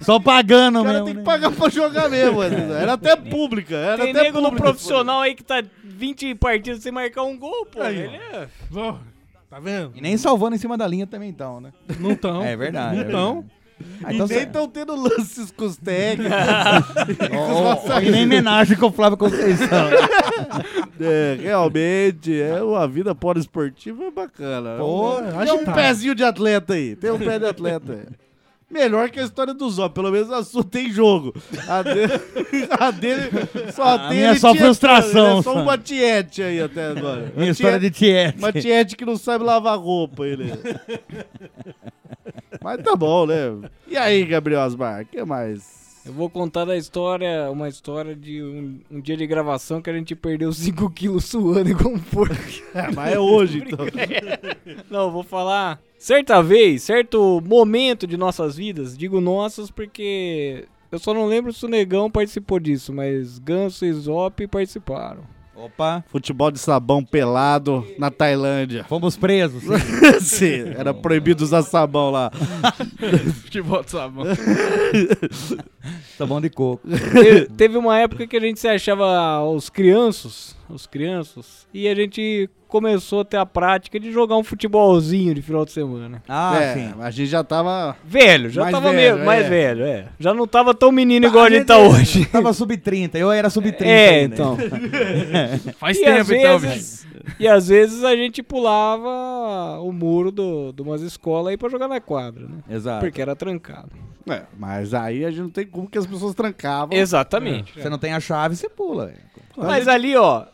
F: Só pagando
E: O cara
F: mesmo.
E: tem que
F: né?
E: pagar pra jogar mesmo. né? Era até pública, era
G: Tem
E: até
G: nego no
E: pública.
G: profissional aí que tá 20 partidas sem marcar um gol, pô.
I: Aí, ó.
G: Ele é-
I: Pô, Tá vendo?
F: E nem salvando em cima da linha também, então, né?
I: Não tão.
F: É verdade. é
I: Então.
F: verdade. Ah,
E: E
F: então
E: nem
F: cê-
E: estão tendo lances com os técnicos.
F: Ó, ó, e nem homenagem com o Flávio Conceição.
E: É, realmente, é uma vida poliesportiva é bacana.
F: Pô,
E: tem um
I: agitado.
E: pezinho de atleta aí. Tem um pé de atleta aí. Melhor que a história do Zó, pelo menos a sua tem jogo. A dele, a dele só
F: A
E: tem.
F: minha é só
E: tietão,
F: frustração,
E: É só
F: só.
E: uma tiete aí até agora.
F: Minha
E: Uma
F: história de
E: tiete-
F: Tietê.
E: Uma tiete que não sabe lavar roupa, ele. Mas tá bom, né? E aí, Gabriel Asmar, o que mais?
G: Eu vou contar da história, uma história de um, um dia de gravação que a gente perdeu 5 quilos suando igual um porco.
E: É, mas é hoje, então.
G: Não, vou falar. Certa vez, certo momento de nossas vidas, digo nossas porque eu só não lembro se o Negão participou disso, mas Ganso e Zop participaram.
F: Opa.
E: Futebol de sabão pelado na Tailândia.
F: Fomos presos.
E: Sim, era proibido usar sabão lá.
H: Futebol de sabão.
F: Sabão Tá de coco.
G: Te- Teve uma época que a gente se achava os crianças, os crianças, e a gente começou a ter a prática de jogar um futebolzinho de final de semana.
F: Ah,
E: é,
F: sim.
E: a gente já tava.
G: Velho, já
E: Mais
G: tava
E: velho,
G: meio mais
E: é.
G: velho, é. Já não tava tão menino igual a gente tá hoje.
F: Tava sub-30, eu era sub-30
G: É,
F: ainda.
G: então.
H: Faz
G: E às
H: tempo então, bicho.
G: vezes, e às vezes a gente pulava o muro do- de umas escolas aí pra jogar na quadra, né?
E: Ah.
F: Exato.
G: Porque era trancado.
E: É, mas aí a gente não tem como que as pessoas trancavam. É
G: Exatamente.
F: Você não tem a chave, você pula. velho.
G: Mas ali, ó,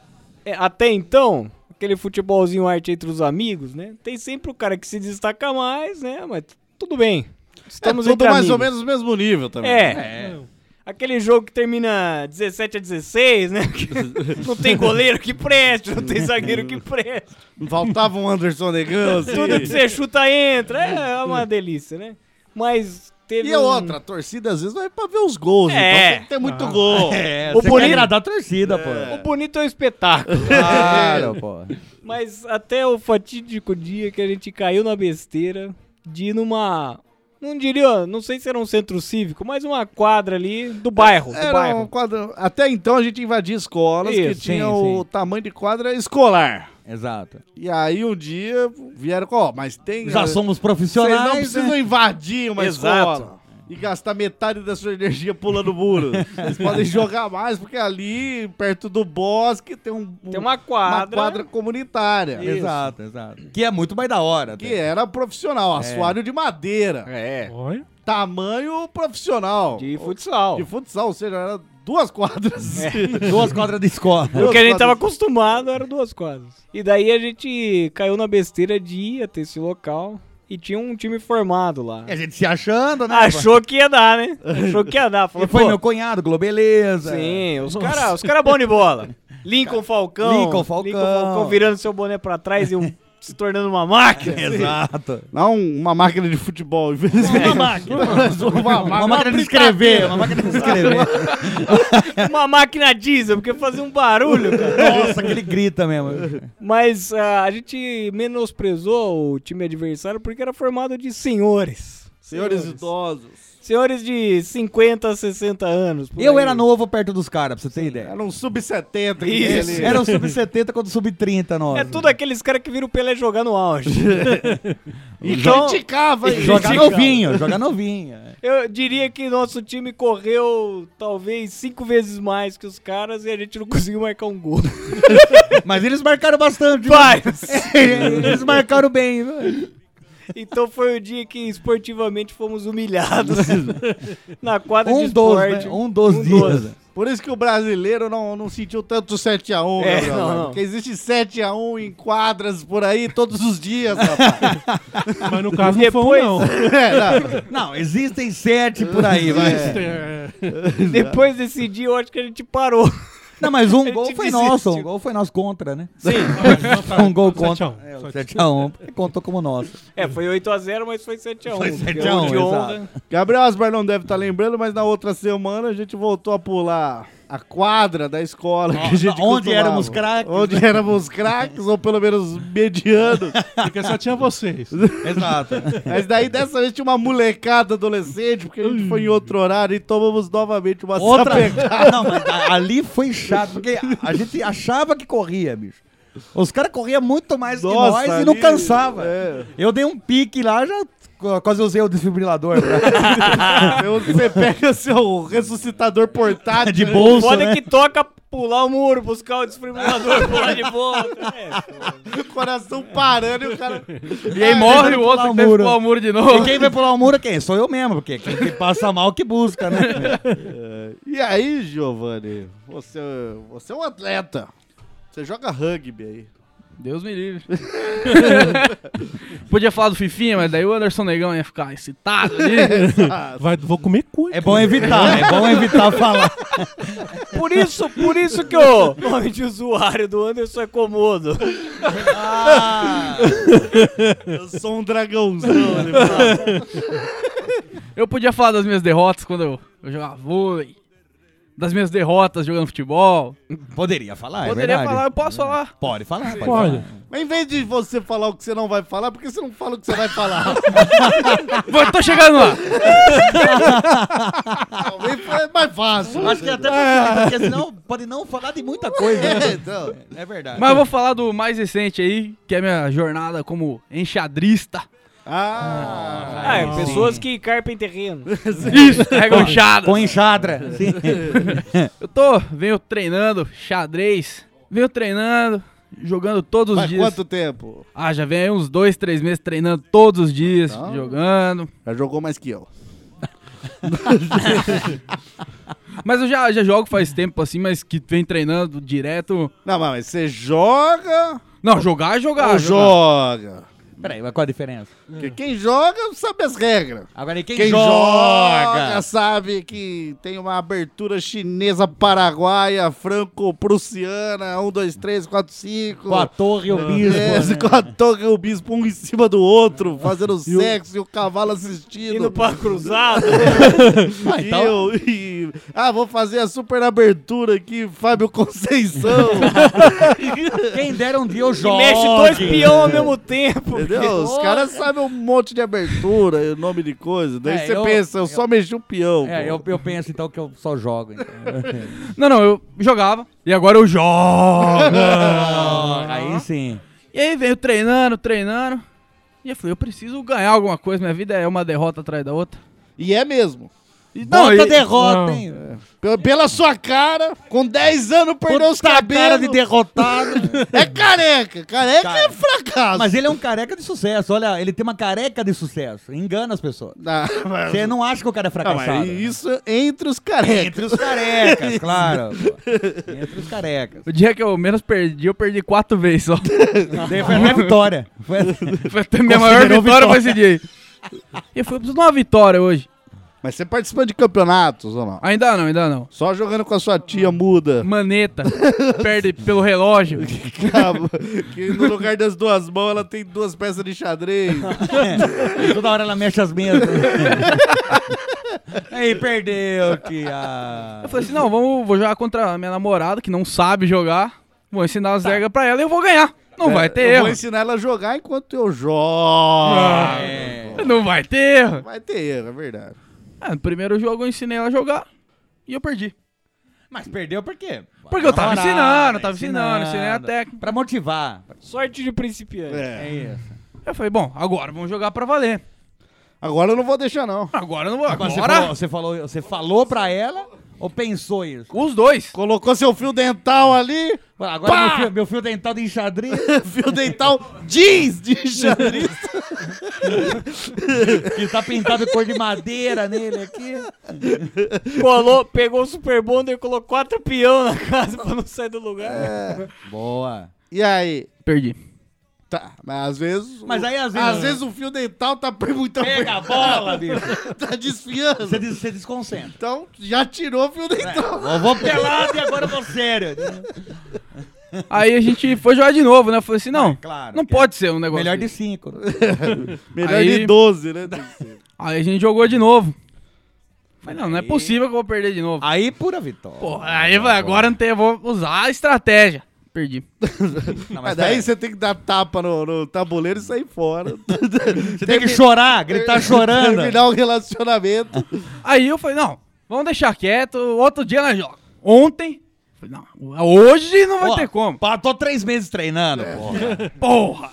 G: é, até então, aquele futebolzinho arte entre os amigos, né? Tem sempre o cara que se destaca mais, né? Mas t- tudo bem. Estamos
E: é tudo
G: entre
E: mais ou
G: amigos.
E: menos assim. o mesmo nível também.
G: É. Aquele jogo que termina 17 a 16, né? Que não tem goleiro que preste, não tem zagueiro que preste.
E: Faltava um Anderson Negão, assim.
G: Tudo que você chuta entra. É é uma delícia, né? Mas teve.
E: E é
G: um-
E: outra, a torcida às vezes vai pra ver os gols,
G: É.
E: então tem que ter muito gol.
F: É,
G: O
F: você
G: bonito-
F: quer agradar a torcida, pô.
G: O bonito é o espetáculo.
F: Claro, pô.
G: Mas até o fatídico dia que a gente caiu na besteira de ir numa. Não diria, não sei se era um centro cívico, mas uma quadra ali do bairro. do
E: Era um
G: bairro.
E: quadro... Até então a gente invadia escolas
G: Isso,
E: que
F: sim,
E: tinham o tamanho de quadra escolar.
F: Exato.
E: E aí um dia vieram com, ó, mas tem. eh,
F: Já
E: Vocês
F: somos profissionais.
E: não precisam
F: né?
E: invadir uma
G: Exato.
E: escola. E gastar metade da sua energia pulando muro. Vocês podem jogar mais, porque ali, perto do bosque, tem, um,
G: Tem uma quadra.
E: uma quadra comunitária.
F: Exato, exato. Que é muito mais da hora.
E: Que
F: até.
E: era
G: É.
E: profissional, assoalho de madeira. É.
I: Olha.
E: Tamanho profissional.
G: De futsal. É.
E: De futsal, ou seja, era duas quadras.
F: Duas quadras de escola.
G: O que a gente
E: quadras.
G: tava acostumado era duas quadras. E daí a gente caiu na besteira de ir até esse local e tinha um time formado lá.
F: E a gente se achando, né?
G: Achou que ia dar, né? Achou que ia dar.
F: pô? E
G: Falou,
F: foi é."
G: pô,
F: meu cunhado, Globeleza.
G: Sim, os caras os cara bom de bola. Lincoln Falcão.
F: Lincoln Falcão.
G: virando seu boné pra trás e um- se tornando uma máquina.
F: Exato.
E: Não uma máquina de futebol, infelizmente. Uma máquina. uma
F: Uma
E: máquina.
F: máquina de escrever, uma máquina de escrever.
G: uma máquina diesel, porque fazia um barulho, cara.
F: Nossa, aquele grita mesmo.
G: Mas ah, a gente menosprezou o time adversário porque era formado de senhores.
E: Senhores idosos.
G: Senhores de 50 a 60 anos. por
F: Eu
G: aí.
F: era novo perto dos caras, pra você ter ideia.
E: Era um sub-70. que
G: Isso. um
E: ele-
F: Era o sub-70 quando sub-30, nós.
G: É tudo aqueles caras que viram o Pelé jogar no auge.
E: E
G: Então-
E: criticava. hein?
F: Jogar novinho, jogar novinho. é.
G: Eu diria que nosso time correu talvez cinco vezes mais que os caras e a gente não conseguiu marcar um gol.
F: Mas eles marcaram bastante. viu?
G: Vários!
F: Eles marcaram bem. viu?
G: Então foi o dia que esportivamente fomos humilhados na quadra de
F: Um dos,
G: esporte.
F: né? Um dos
G: Um
F: dias.
G: doze.
E: Por isso que o brasileiro não, não sentiu tanto 7x1,
G: É,
E: Gabriel,
G: não,
E: né, mano.
G: não.
E: Porque existe 7x1 em quadras por aí todos os dias, rapaz.
I: Mas no caso não foi
G: Depois-
I: um, não.
E: É,
F: Não, existem sete por aí, mas.
G: Depois desse dia, eu acho que a gente parou.
F: Não, mas um
G: Ele
F: gol
G: te
F: foi
G: desistiu.
F: nosso. Um gol foi nosso contra, né?
I: Sim.
F: Um gol contra.
I: a um.
F: É, o 7x1, porque contou como nosso.
G: É, foi 8x0, mas foi 7x1.
F: Foi
G: porque é
F: 7 a 1,
G: o de honra-
E: um.
F: exato.
E: Gabriel Asbar não deve estar lembrando, mas na outra semana a gente voltou a pular a quadra da escola que a gente
F: Onde
E: costumava.
F: éramos craques,
E: Onde éramos craques, ou pelo menos medianos.
I: Porque só tinha vocês.
F: Exato.
E: Mas daí dessa vez tinha uma molecada adolescente, porque a gente foi em outro horário e tomamos novamente uma
F: Outra.
E: sapecada.
F: Não, mas a- ali foi chato, porque a gente achava que corria, bicho. Os caras corriam muito mais
E: Nossa,
F: que nós e não
E: ali-
F: cansava.
E: é.
F: Eu dei um pique lá, já qu- quase usei o desfibrilador. né?
E: Eu- um Você pega seu ressuscitador portátil.
F: De
E: né?
F: bolsa,
G: Foda
F: né?
G: que toca pular o muro, buscar o desfibrilador, pular de volta. É,
E: O coração parando e o cara.
H: E aí morre o
F: pular
H: outro
F: o
H: que deve
F: muro.
H: pular o muro de
F: E
H: novo.
F: quem vai pular o muro é quem? Sou eu mesmo, porque quem que passa mal que busca, né?
E: E aí, Giovanni? Você, você é um atleta. Você joga rugby aí.
H: Deus me livre. Podia falar do Fifinha, mas daí o Anderson Negão ia ficar excitado ali.
I: Vai, vou comer cu.
F: É bom evitar, é bom evitar falar.
G: por isso, por isso que o nome de usuário do Anderson é Comodo.
E: Eu sou um dragãozão. ele fala.
H: Eu podia falar das minhas derrotas quando eu, eu jogava vôlei. das minhas derrotas jogando futebol.
F: Poderia falar, é
H: Poderia
F: verdade.
H: falar, eu posso falar.
F: Pode falar, pode,
I: Pode.
F: falar.
E: Mas em vez de você falar o que você não vai falar, por que você não fala o que você vai falar?
H: Vou- tô chegando lá.
E: Talvez foi mais fácil.
F: Acho que é até possível, porque senão pode não falar de muita coisa.
E: É,
F: né?
E: então.
F: É verdade.
H: Mas eu vou falar do mais recente aí, que é minha jornada como enxadrista.
E: Ah,
G: Ah, é, pessoas que carpem terreno.
H: Isso, pega um enxada.
F: Com enxadra. Sim.
H: Eu tô, venho treinando xadrez, venho treinando, jogando todos os
E: faz
H: dias.
E: quanto tempo?
H: Ah, já vem aí uns dois, três meses treinando todos os dias, jogando.
E: Já jogou mais que eu.
H: Mas eu já, já jogo faz tempo assim, mas que vem treinando direto.
E: Não, mas você joga
H: Não, jogar é jogar.
E: ou
H: jogar.
E: joga?
F: Peraí, mas qual a diferença?
E: Porque quem joga sabe as regras.
F: Agora, e quem,
E: Quem joga.
F: joga?
E: sabe que tem uma abertura chinesa, paraguaia, um, franco-prussiana, 1, 2, 3, 4, 5.
F: Com a torre e o bispo.
E: É,
F: né?
E: com a toca e o bispo um em cima do outro, fazendo sexo e o cavalo assistindo.
G: Indo pra cruzada.
F: Ah,
E: E
F: então-
E: eu- e- ah, vou fazer a super abertura aqui, Fábio Conceição.
F: Quem dera um dia eu
G: E
F: jogo.
G: mexe dois peão ao mesmo tempo.
E: entendeu? Os caras sabem um monte de abertura, e nome de coisa. Daí
F: É,
E: você
F: eu-
E: pensa, eu,
F: eu-
E: só mexi o peão.
F: É,
E: pô.
F: eu, eu penso então que eu só jogo. Então.
H: Não, não, eu jogava e agora eu jogo.
F: Ah, aí sim.
H: e aí venho treinando, treinando. E eu falei, eu preciso ganhar alguma coisa, minha vida é uma derrota atrás da outra.
E: E é mesmo.
H: E, não,
F: Bota
H: e-
F: derrota,
I: não.
F: hein?
E: Pe- Pela sua cara, com 10 anos perdeu os
F: Puta cara de
E: cabelos.
F: derrotado.
E: É careca. Careca é fracasso.
F: Mas ele é um careca de sucesso. Olha, ele tem uma careca de sucesso. Engana as pessoas.
E: Ah, mas-
F: Você não acha que o cara é
E: Ah,
F: fracassado.
E: mas isso é entre os carecas.
F: Entre os carecas, claro. pô. Entre os carecas.
H: O dia que eu menos perdi, eu perdi quatro vezes só.
F: Daí Foi a minha vitória. Foi
H: Foi até minha maior
F: Considerou
H: vitória
F: vitória.
H: foi esse dia. aí. E eu falei, eu preciso de uma vitória hoje.
E: Mas você participa de campeonatos ou não?
H: Ainda não, ainda não.
E: Só jogando com a sua tia muda.
H: Maneta, perde pelo relógio.
E: Cabo, que no lugar das duas mãos ela tem duas peças de xadrez.
F: É. Toda hora ela mexe as mesas. Aí perdeu, que a...
H: Eu falei assim, não, vamos, vou jogar contra a minha namorada, que não sabe jogar. Vou ensinar as regras pra ela e eu vou ganhar. Não vai ter
E: Eu vou
H: erro.
E: ensinar ela a jogar enquanto eu jogo.
F: É.
H: Não vai ter erro.
E: Vai ter erro, é verdade.
H: Ah, no primeiro jogo eu ensinei ela a jogar e eu perdi.
F: Mas perdeu por quê?
H: Porque eu tava
F: Namorar,
H: ensinando, eu tava ensinando, ensinei a técnica.
F: Pra motivar.
G: Sorte de principiante.
E: É.
F: É isso.
H: Eu falei, bom, agora vamos jogar pra valer.
E: Agora eu não vou deixar, não.
H: Agora eu não vou.
F: Agora você
H: Agora?
F: falou, você, falou, você falou pra ela ou pensou isso?
H: Os dois.
E: Colocou seu fio dental ali,
F: Agora
E: Pá!
F: meu fio, meu fio dental de enxadrez.
E: fio dental jeans de xadrez.
F: que tá pintado de cor de madeira nele aqui.
G: Colou, pegou o Super Bonder e colocou quatro peão na casa pra não sair do lugar.
F: Boa.
E: E aí?
H: Perdi.
E: Tá, mas às vezes.
F: Mas aí às vezes.
E: Às vezes o fio dental tá pre- muito
F: Pega a bola, bicho.
E: tá desfiando.
F: Você, des- você desconcentra.
E: Então já tirou o fio dental.
F: É, Eu vou pelado e agora eu vou sério. Hum,
H: Aí a gente foi jogar de novo, né? Eu falei assim, não,
F: claro,
H: não
F: que é.
H: pode ser um negócio
F: Melhor de
H: desse.
F: cinco.
E: Melhor
H: Aí-
E: de 12, né?
H: Aí a gente jogou de novo. Falei, não, não é possível que eu vou perder de novo.
F: Aí pura vitória.
H: Pô, aí vai, agora eu não tem, eu vou usar a estratégia. Perdi.
F: Não,
E: Mas
F: peraí.
E: daí você tem que dar tapa no, no tabuleiro e sair fora.
F: Você tem que chorar, gritar chorando.
E: Terminar o relacionamento.
H: Aí eu falei, não, vamos deixar quieto, outro dia nós joga. Ontem, falei, não, hoje não vai
F: Ó,
H: ter como.
F: pá, tô três meses treinando,
E: É.
F: porra.
H: Porra!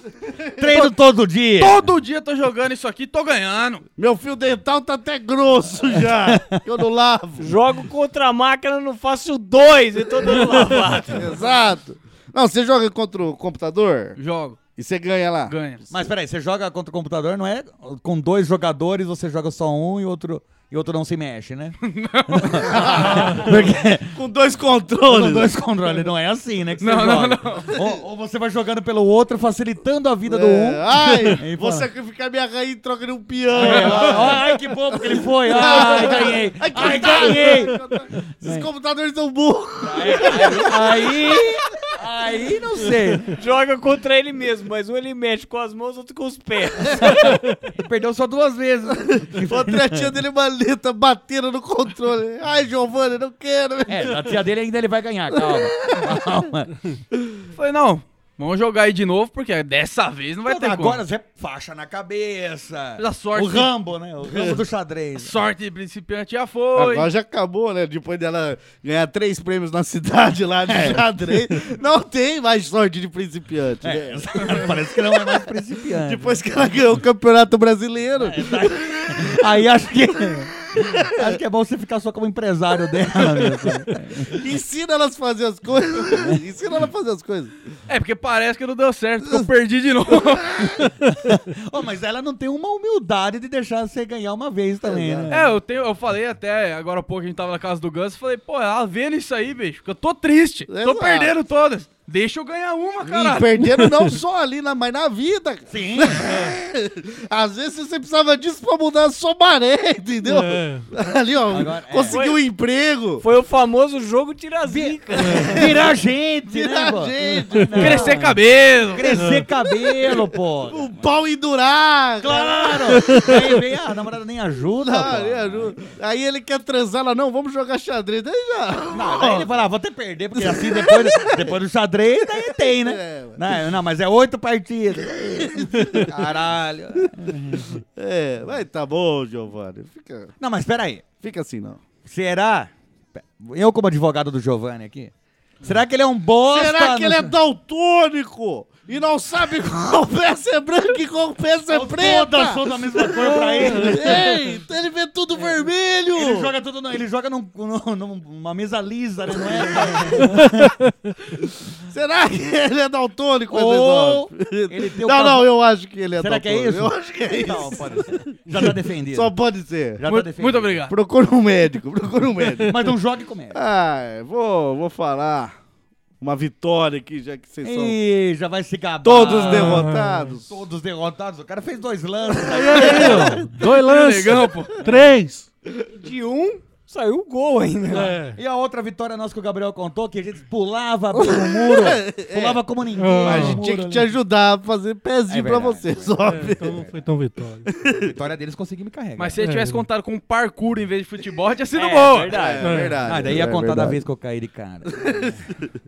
F: Treino todo dia.
H: Todo dia eu tô jogando isso aqui, tô ganhando.
E: Meu fio dental tá até grosso já. que eu não lavo.
G: Jogo contra a máquina, não faço dois, eu tô dando lavado.
E: Exato. Não, você joga contra o computador
H: Jogo,
E: e você ganha lá.
H: ganha.
F: Mas peraí, você joga contra o computador, não é? Com dois jogadores, você joga só um e outro, e outro não se mexe, né? Porque
E: Com dois
F: com
E: controles.
F: dois controles não é assim, né? Que você
H: Não, não,
F: joga. Ou, ou você vai jogando pelo outro, facilitando a vida do um.
E: É. Ai,
F: Aí
E: vou
F: fala.
E: sacrificar minha rainha em troca de um
F: É,
E: piano.
F: ó, ó, ai, que bobo que ele foi! Ai, ganhei!
E: Ai, que
F: Ai,
E: otário.
F: ganhei!
E: Esses computadores são burros.
F: Aí. Aí não sei.
G: Joga contra ele mesmo, mas um ele mexe com as mãos, outro com os pés.
F: perdeu só duas vezes.
E: Outra a tia dele maleta batendo no controle. Ai, Giovanni, não quero.
F: É, a tia dele ainda ele vai ganhar, calma. calma.
H: Falei, não, vamos jogar aí de novo, porque dessa vez não vai ter
F: Agora
H: como.
F: você é faixa na cabeça.
H: A sorte,
F: O Rambo, né? O Rambo do xadrez.
H: sorte de principiante já foi.
E: Agora já acabou, né? Depois dela ganhar três prêmios na cidade lá de
F: É.
E: xadrez, não tem mais sorte de principiante.
F: É.
E: né?
F: Parece que não é mais principiante.
E: Depois que ela ganhou o Campeonato Brasileiro.
F: É. Aí acho que. Acho que é bom você ficar só como empresário dela mesmo.
E: Ensina elas a fazer as coisas. Ensina ela a fazer as coisas.
H: É, porque parece que não deu certo, porque eu perdi de novo.
F: Ô, mas ela não tem uma humildade de deixar você ganhar uma vez também,
H: é,
F: né?
H: eu, tenho, eu falei até agora há pouco, a gente tava na casa do Ganso, falei, pô, ela vendo isso aí, bicho, que eu tô triste. Tô
E: Exato.
H: perdendo todas. Deixa eu ganhar uma,
E: E
H: caralho.
E: perderam não só ali, na, mas na vida. Sim. Às vezes você precisava disso pra mudar a sua maré, entendeu?
I: É.
E: Ali, ó,
F: Agora, é.
E: conseguiu um emprego.
G: Foi o famoso jogo tirazica.
F: Virar gente, né,
E: Virar
F: pô?
E: gente,
F: Não.
H: Crescer cabelo.
F: Crescer cabelo, pô.
E: o um pau endurar.
F: Claro! Tá Aí vem, ah, a namorada nem ajuda,
E: Ah,
F: pô.
E: ele ajuda. Aí ele quer transar lá, não, vamos jogar xadrez. Daí já.
F: Não, daí ele fala, ah, vou até perder, porque assim depois, do- depois do xadrez, daí tem, né?
E: É, ué.
F: não, não, mas é oito partidas. Caralho.
E: É, mas tá bom, Giovanni. Fica,
F: Não, mas peraí.
E: fica assim, não.
F: Será? Eu, como advogado do Giovanni aqui, será que ele é um bosta?
E: Será que
F: no-
E: ele é daltônico e não sabe qual peça é branca e qual peça é preta?
F: Todas são da mesma cor pra ele. né?
E: Ei, então ele vê tudo vermelho.
F: Ele joga tudo no- ele joga num- num- numa mesa lisa, né? Não é?
E: Será que ele é daltônico?
F: Ou
E: Edenor?
F: ele tem o
E: não,
F: cavalo-
E: não, eu acho que ele é
F: Será
E: daltônico.
F: que é isso?
E: Eu acho que é isso.
F: Não, pode ser. Já tá defendido.
E: Só pode ser.
F: Já tá
H: Muito,
F: defendido.
H: muito obrigado.
E: Procura um médico, procura um médico.
F: Mas não jogue com ele.
E: Ah, Ai, vou, vou falar uma vitória aqui, já que vocês são
F: Ih, já vai se gabar.
E: todos derrotados.
F: Todos derrotados. O cara fez dois lances.
I: Dois lances.
H: Legal, pô.
I: Três.
G: De um, saiu o gol ainda.
I: É.
F: e a outra vitória nossa que o Gabriel contou, que a gente pulava pelo muro. Pulava como ninguém.
I: Ah,
E: A
F: no
E: gente tinha
F: tá muro
E: que te
F: ali. É
E: ajudar a fazer pezinho pra
F: verdade,
E: você, É só.
I: Então não foi tão vitória.
F: A vitória deles conseguiu me carregar.
H: Mas se ele
I: É.
H: tivesse contado com um parkour em vez de futebol, tinha sido
G: É,
H: boa.
G: verdade.
I: É.
E: verdade.
F: Ah, daí ia
E: é
F: contar da
E: verdade.
F: vez que eu caí de cara.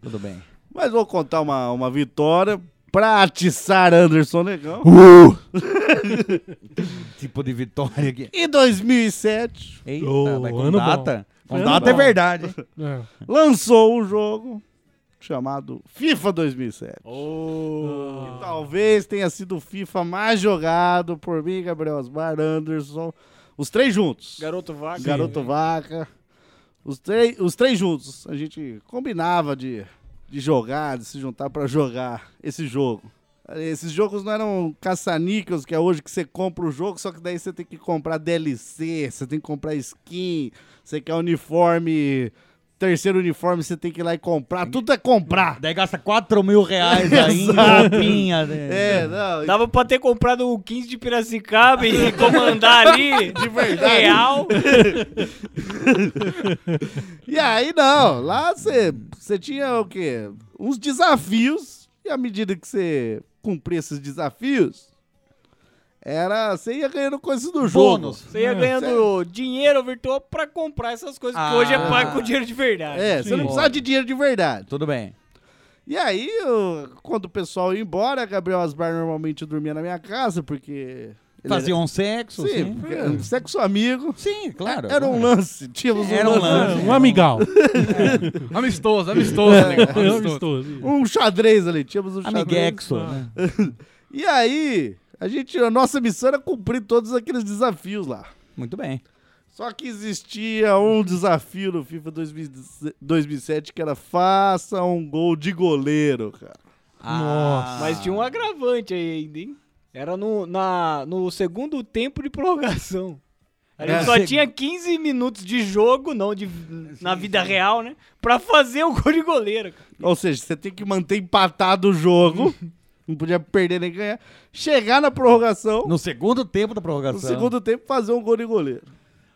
F: Tudo bem.
E: Mas vou contar uma, uma vitória pra atiçar Anderson Negão.
F: Uh! Tipo de vitória aqui.
E: Em 2007,
F: Eita,
I: Ô,
F: vai com
I: ano bom.
F: data. Com
I: Ano
F: data é
I: bom.
F: verdade. hein?
I: É.
E: lançou um jogo chamado FIFA 2007.
G: Ah.
E: Que talvez tenha sido o FIFA mais jogado por mim, Gabriel Osmar, Anderson. Os três juntos.
G: Garoto vaca.
E: Garoto Vaca. Os, três- os três juntos. A gente combinava de, de jogar, de se juntar pra jogar esse jogo. Esses jogos não eram caça-níqueis, que é hoje que você compra o jogo, só que daí você tem que comprar DLC, você tem que comprar skin, você quer uniforme, terceiro uniforme, você tem que ir lá e comprar. Tudo é comprar.
F: Daí gasta 4 mil reais aí em
E: Exato.
F: roupinha. né?
E: É, não.
G: Dava pra ter comprado o 15 de Piracicaba e comandar ali. De verdade. Real.
E: E aí, não. Lá você você tinha o quê? Uns desafios. E à medida que você cumpria esses desafios, era você ia ganhando coisas do jogo.
F: Bônus.
G: Você ia ganhando dinheiro virtual pra comprar essas coisas
F: Ah.
G: que hoje é pago com dinheiro de verdade.
E: É, você
I: Sim.
E: não precisava de dinheiro de verdade.
F: Tudo bem.
E: E aí, eu- quando o pessoal ia embora, Gabriel Asbar normalmente dormia na minha casa, porque... ele
F: Fazia um sexo,
E: era... Sim,
F: sim.
E: porque era um sexo amigo.
F: Sim, claro.
E: Era um
F: claro.
E: lance. Tínhamos
F: Era um
E: um
F: lance.
E: lance.
I: Um amigal.
H: Amistoso, amistoso,
E: né?
H: legal.
I: Eu
H: Amistoso.
I: estou.
E: Um xadrez ali. Tínhamos um xadrez.
F: Amiguexo. né?
E: E aí, a gente, a nossa missão era cumprir todos aqueles desafios lá.
F: Muito bem.
E: Só que existia um desafio no FIFA 2000 2007 que era faça um gol de goleiro, cara.
F: Ah. Nossa.
G: Mas tinha um agravante aí ainda, hein? Era no, na, no segundo tempo de prorrogação. A gente
E: É.
G: só
F: Seg-
G: tinha 15 minutos de jogo, não de, na vida real, né? Pra fazer o gol de goleiro. cara.
E: Ou seja, você tem que manter empatado o jogo, não podia perder nem ganhar, chegar na prorrogação,
F: No segundo tempo da prorrogação.
E: no segundo tempo fazer um gol de goleiro.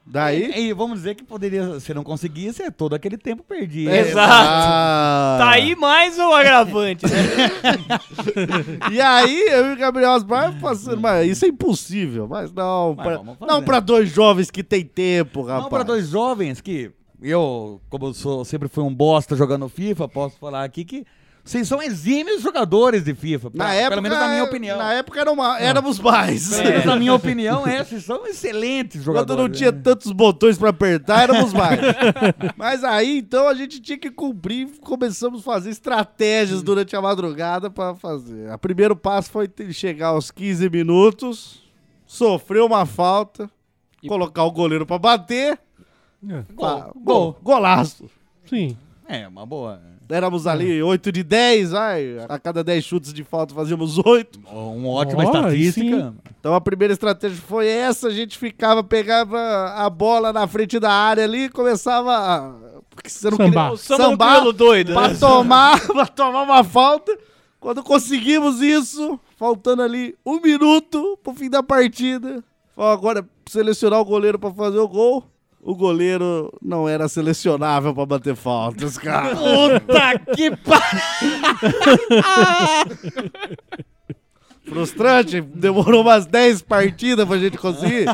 E: Daí.
F: E, e vamos dizer que poderia, se não conseguisse, é todo aquele tempo perdido.
E: É, Ah.
G: Tá aí mais um agravante, né?
E: E aí, eu e o Gabriel Osmar passando, mas isso é impossível. Mas não,
F: Mas
E: pra,
F: vamos fazer.
E: não pra dois jovens que tem tempo, rapaz.
F: Não, para dois jovens que eu, como eu sou, sempre fui um bosta jogando FIFA, posso falar aqui que vocês são exímios jogadores de FIFA.
E: Na
F: pra-
E: época, é,
F: pelo menos na minha opinião.
E: Na época é. era uma- éramos mais.
F: Pelo menos na minha opinião, é, vocês são excelentes jogadores.
E: Quando não tinha
F: né?
E: tantos botões pra apertar, éramos mais. Mas aí, então, a gente tinha que cumprir. Começamos a fazer estratégias durante a madrugada pra fazer. O primeiro passo foi ter- chegar aos 15 minutos, sofrer uma falta, colocar o goleiro pra bater. pá,
F: Gol,
E: gol, golaço.
I: Sim.
F: É, uma boa.
E: Éramos ali 8 de 10, vai. A cada 10 chutes de falta fazíamos 8.
F: Uma um ótima
I: Ó,
F: estatística.
I: sim.
E: Então a primeira estratégia foi essa, a gente ficava, pegava a bola na frente da área ali e começava a... Porque você não
I: Sambar.
E: queria
G: O samba do cabelo um doido,
E: pra
G: né?
E: tomar, pra tomar uma falta. Quando conseguimos isso, faltando ali um minuto pro fim da partida, foi agora selecionar o goleiro pra fazer o gol. O goleiro não era selecionável pra bater faltas, cara.
G: Puta que pariu!
E: Frustrante, demorou umas 10 partidas pra gente conseguir.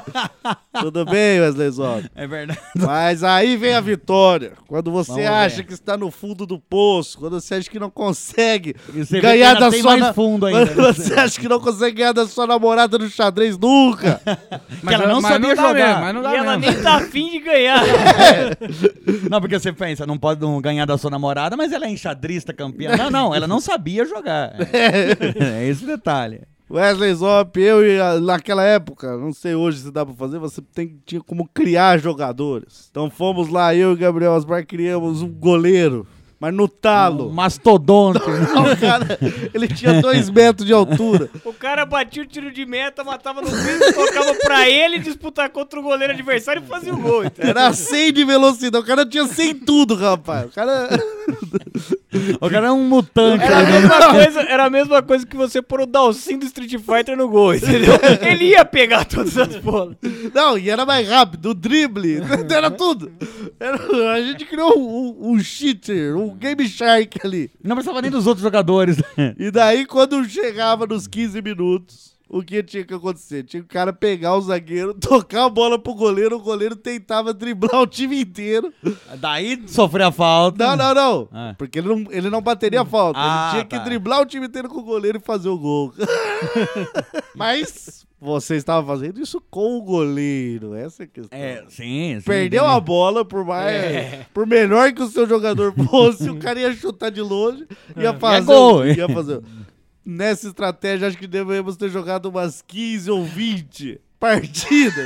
E: Tudo bem, Wesley Zop.
F: É verdade.
E: Mas aí vem a vitória. Quando você
F: Vamos
E: acha
F: ver.
E: que está no fundo do poço, quando você acha que não consegue
F: E você vê
E: ganhar
F: que ainda
E: da
F: tem
E: sua
F: mais
E: na-
F: fundo ainda.
E: quando
F: né?
E: você acha que não consegue ganhar da sua namorada no xadrez nunca.
F: Que ela não sabia
H: dá
F: jogar.
H: mesmo, mas não dá
G: E ela
H: mesmo.
G: nem tá afim de ganhar.
F: Não, porque você pensa, não pode não ganhar da sua namorada, mas ela é enxadrista campeã. Não, não, ela não sabia jogar. É, esse detalhe.
E: Wesley Zop, eu e a- naquela época, não sei hoje se dá pra fazer, você tem, tinha como criar jogadores. Então fomos lá, eu e Gabriel Osmar criamos um goleiro, mas no talo.
F: Um Mastodonte. né?
E: O cara, ele tinha dois metros de altura.
G: O cara batia o tiro de meta, matava no fim, colocava pra ele disputar contra o goleiro adversário e fazia o gol. entendeu?
E: Era 100 de velocidade. O cara tinha 100 tudo, rapaz. O cara.
F: O cara é um mutante.
G: Era a, mesma coisa, era a mesma coisa que você pôr o Dalsin do Street Fighter no gol, entendeu? Ele ia pegar todas as bolas.
E: Não, e era mais rápido, o drible, era tudo. Era- a gente criou um, um- um cheater, um Game Shark ali.
F: Não precisava nem dos outros jogadores.
E: E daí, quando chegava nos 15 minutos, o que tinha que acontecer? Tinha que o cara pegar o zagueiro, tocar a bola pro goleiro, o goleiro tentava driblar o time inteiro.
F: Daí sofreu a falta.
E: Não, não, não.
F: Ah.
E: Porque ele não, ele não bateria a falta.
F: Ah,
E: ele tinha
F: tá.
E: que driblar o time inteiro com o goleiro e fazer o gol. Mas você estava fazendo isso com o goleiro. Essa é a questão.
F: É, sim, É. sim.
E: Perdeu a bola por mais. Por melhor que o seu jogador fosse, o cara ia chutar de longe, ia fazer.
F: É. gol, hein?
E: ia fazer. Nessa estratégia, acho que devemos ter jogado umas 15 ou 20 partidas.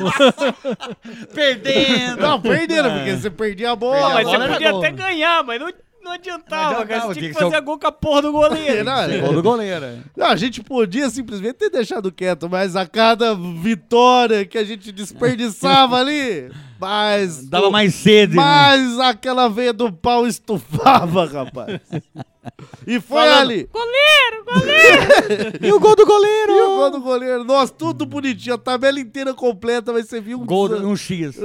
F: Perdendo. É.
E: Não, perderam, porque você perdia a bola.
G: Não, mas
F: bola
G: você
F: era
G: podia
F: gol.
G: até ganhar, mas não, não adiantava,
F: Não adiantava,
G: cara. Você
F: tinha
G: tinha que
F: que ser
G: fazer
F: o-
G: a gol com a porra do goleiro.
E: Não,
F: Gol do goleiro. é.
E: Não, a gente podia simplesmente ter deixado quieto, mas a cada vitória que a gente desperdiçava ali, mais. um.
F: Dava mais sede. né?
E: Mas aquela veia do pau estufava, rapaz. E foi ali.
G: Goleiro, goleiro!
F: E o gol do goleiro?
E: E o gol Hum. do goleiro. Nossa, tudo bonitinho. A tabela inteira completa, mas você viu um.
F: Gol do- um X.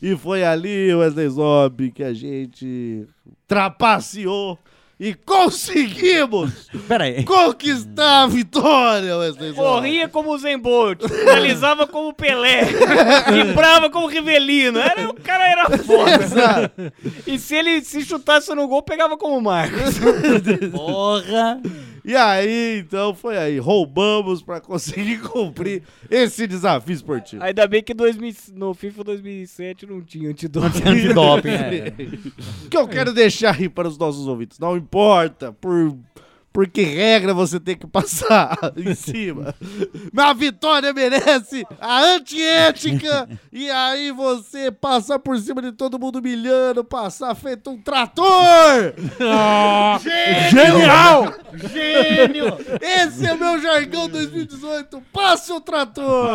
E: E foi ali, Wesley Zob, que a gente trapaceou e conseguimos
F: Pera aí.
E: conquistar a vitória, Wesley Zob.
G: Corria como o Zen Bolt, finalizava como o Pelé, quebrava como o Rivelino. Era, o cara era foda.
E: Exato.
G: E se ele se chutasse no gol, pegava como o Marcos.
F: Porra.
E: E aí, então, foi aí. Roubamos pra conseguir cumprir esse desafio esportivo.
G: Ainda bem que 2000 no FIFA 2007 não tinha antidoto.
F: Antidoping. é.
E: O que eu quero deixar aí para os nossos ouvintes? Não importa por, por que regra você tem que passar em cima. Mas a vitória merece a antiética. E aí você passar por cima de todo mundo milhando, passar feito um trator.
I: Genial!
E: Esse é o meu jargão 2018. Passa o trator.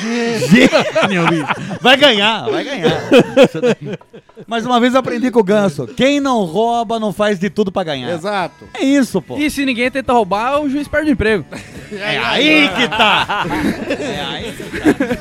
F: Gênio, bicho. Vai ganhar, vai ganhar. Isso daí. Mais uma vez eu aprendi com o Ganso. Quem não rouba, não faz de tudo pra ganhar.
E: Exato.
F: É isso, pô.
H: E se ninguém tenta roubar,
E: É
H: o juiz perde o emprego.
F: É aí que tá. É aí que tá.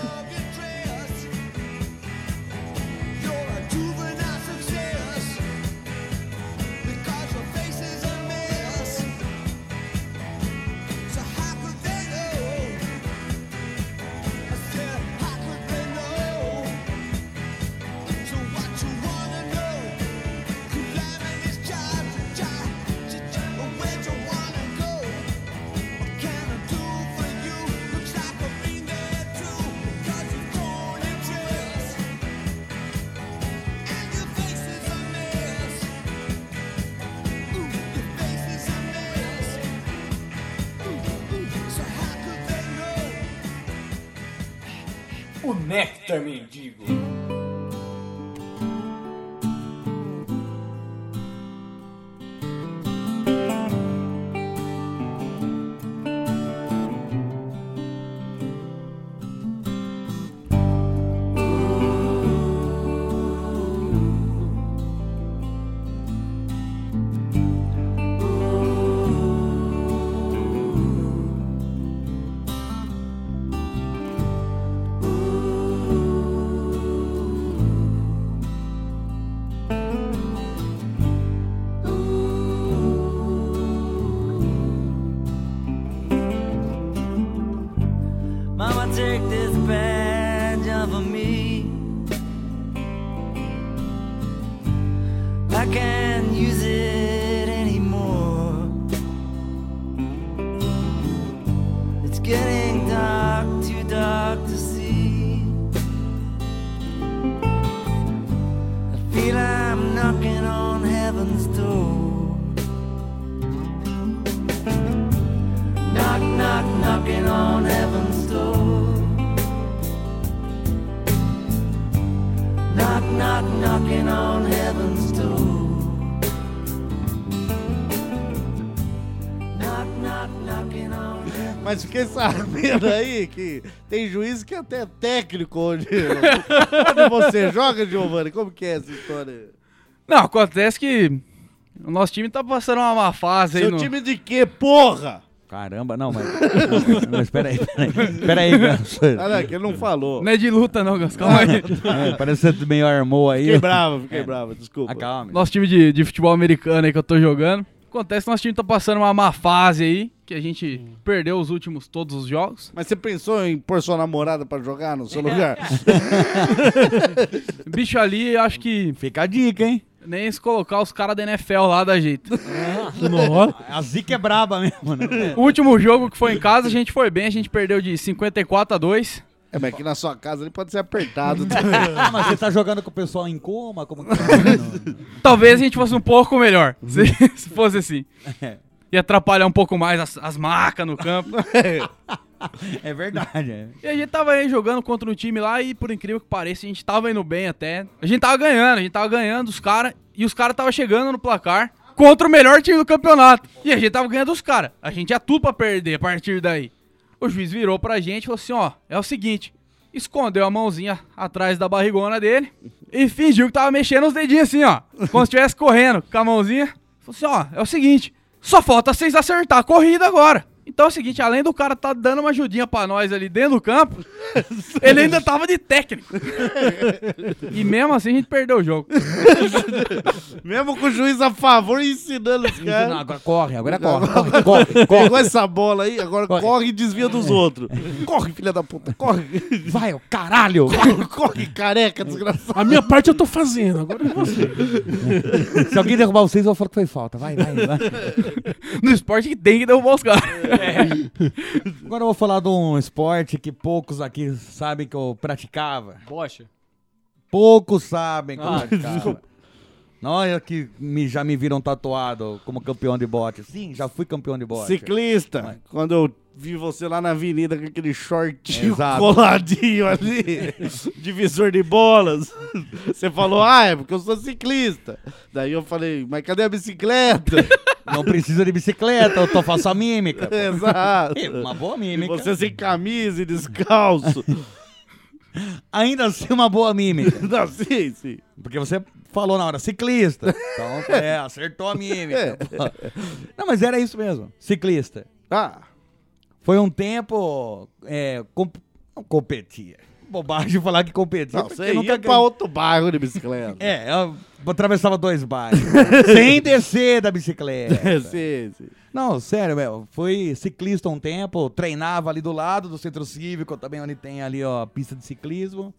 B: O néctar mendigo.
J: Mama, take this badge over me. I can't use it anymore. It's getting dark, too dark to see. I feel I'm knocking on heaven's door. Knock, knock, knocking on heaven's door. Knock, knock, knocking on heaven's door. Knock, knock, knocking on heaven's
E: Mas fiquei sabendo aí que tem juiz que até é técnico onde, onde você joga, Giovanni. Como que é essa história?
H: Não, acontece que o nosso time tá passando uma má fase aí.
E: Seu
H: no...
E: time de quê, porra?
F: Caramba, não, mas. mas peraí, peraí. Peraí, Ganso.
E: Olha, que ele não falou.
H: Não é de luta, não, Ganso. Calma aí.
F: É, parece que você meio armou aí.
E: Fiquei bravo, fiquei bravo, desculpa.
F: Ah, calma.
H: Nosso time de, de futebol americano aí que eu tô jogando. Acontece que nosso time tá passando uma má fase aí, que a gente perdeu os últimos todos os jogos.
E: Mas você pensou em pôr sua namorada pra jogar no seu lugar?
H: Bicho ali, acho que
F: Fica a dica, hein?
H: nem se colocar os caras da NFL lá da jeito.
I: Nossa.
F: A zica é braba mesmo, né?
H: O último jogo que foi em casa, a gente foi bem, a gente perdeu de 54 a 2.
E: É, mas aqui na sua casa ele pode ser apertado também.
F: Ah, mas você tá jogando com o pessoal em coma? Como que tá?
H: Talvez a gente fosse um pouco melhor, se, se fosse assim. Ia atrapalhar um pouco mais as, as marcas no campo.
F: É verdade, é.
H: E a gente tava aí jogando contra um time lá e, por incrível que pareça, a gente tava indo bem até. A gente tava ganhando, a gente tava ganhando os caras e os caras tava chegando no placar contra o melhor time do campeonato. E a gente tava ganhando os caras. A gente ia tudo pra perder a partir daí. O juiz virou pra gente e falou assim: ó, é o seguinte. Escondeu a mãozinha atrás da barrigona dele e fingiu que tava mexendo os dedinhos assim, ó. Como se estivesse correndo com a mãozinha. Falou assim: ó, é o seguinte. Só falta vocês acertar a corrida agora. Então é o seguinte, além do cara tá dando uma ajudinha pra nós ali dentro do campo, ele ainda tava de técnico. E mesmo assim a gente perdeu o jogo.
E: Mesmo com o juiz a favor ensinando os
F: Não,
E: caras.
F: agora corre, agora corre, corre, corre, corre.
E: Pegou essa bola aí, agora corre, e desvia dos outros. Corre, filha da puta, corre.
F: Vai, ô caralho!
E: corre, careca, desgraçado.
I: A minha parte eu tô fazendo. Agora é você.
F: Se alguém derrubar vocês, eu vou falar que foi falta. Vai, vai, vai.
H: No esporte que tem que derrubar os caras.
F: Agora eu vou falar de um esporte que poucos aqui sabem que eu praticava.
G: Bocha.
F: Poucos sabem que eu
G: Ah,
F: praticava. Não é que me- já me viram tatuado como campeão de bote. Sim, já fui campeão de bote.
E: Ciclista,
F: Vai.
E: quando eu vi você lá na avenida com aquele shortinho
F: Exato.
E: coladinho ali, divisor de bolas, você falou, ah, é porque eu sou ciclista. Daí eu falei, mas cadê a bicicleta?
F: Não precisa de bicicleta, eu tô faço a mímica. pô.
E: Exato.
F: É, Uma boa
E: E
F: mímica.
E: você sem camisa e descalço.
F: Ainda assim, uma boa mímica.
E: Não, sim, sim.
F: Porque você falou na hora, ciclista.
E: tá.
F: Então, é, acertou a
E: É.
F: mímica. pô. Não, mas era isso mesmo, ciclista.
E: Ah,
F: Foi um tempo. É, comp- não competia. Bobagem falar que competia.
E: não,
F: porque
E: você
F: nunca
E: ia pra outro bairro de bicicleta.
F: É, eu atravessava dois bairros. sem descer da bicicleta.
E: sim, sim.
F: Não, sério, meu. Fui ciclista um tempo, treinava ali do lado do centro cívico, também onde tem ali, ó, a pista de ciclismo.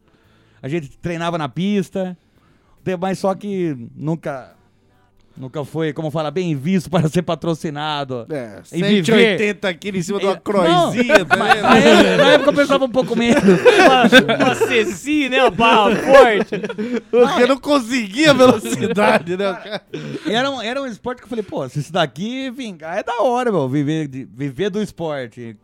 F: A gente treinava na pista, de- mas só que nunca. Nunca foi, como fala, bem visto para ser patrocinado.
E: É,
F: E viver- É,
E: 180 quilos em cima de uma
F: Não,
E: croizinha, tá
F: mas-
E: vendo?
F: na época- na época eu pensava um pouco menos.
G: Uma Ceci, né? Uma barra forte.
E: Porque não conseguia velocidade, né? cara?
F: Era um, era um esporte que eu falei, pô, se isso daqui vingar é da hora, meu. Viver, de- viver do esporte.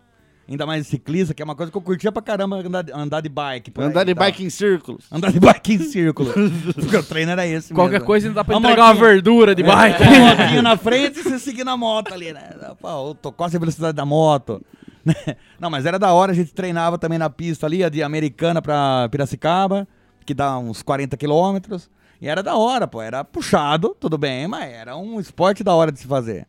F: Ainda mais ciclista, que é uma coisa que eu curtia pra caramba andar, andar de bike. por aí tá.
E: Andar de
F: e tal.
E: bike em círculos.
F: Andar de bike em círculo. Porque o treino era esse
H: Qualquer
F: mesmo.
H: coisa ainda dá pra
F: A
H: entregar uma
F: motinha-
H: verdura de bike.
F: É, uma motinha na frente e você seguindo a moto ali, né? Pô, tô quase a velocidade da moto. né? Não, mas era da hora, a gente treinava também na pista ali, a de Americana pra Piracicaba, que dá uns 40 quilômetros. E era da hora, pô. Era puxado, tudo bem, mas era um esporte da hora de se fazer.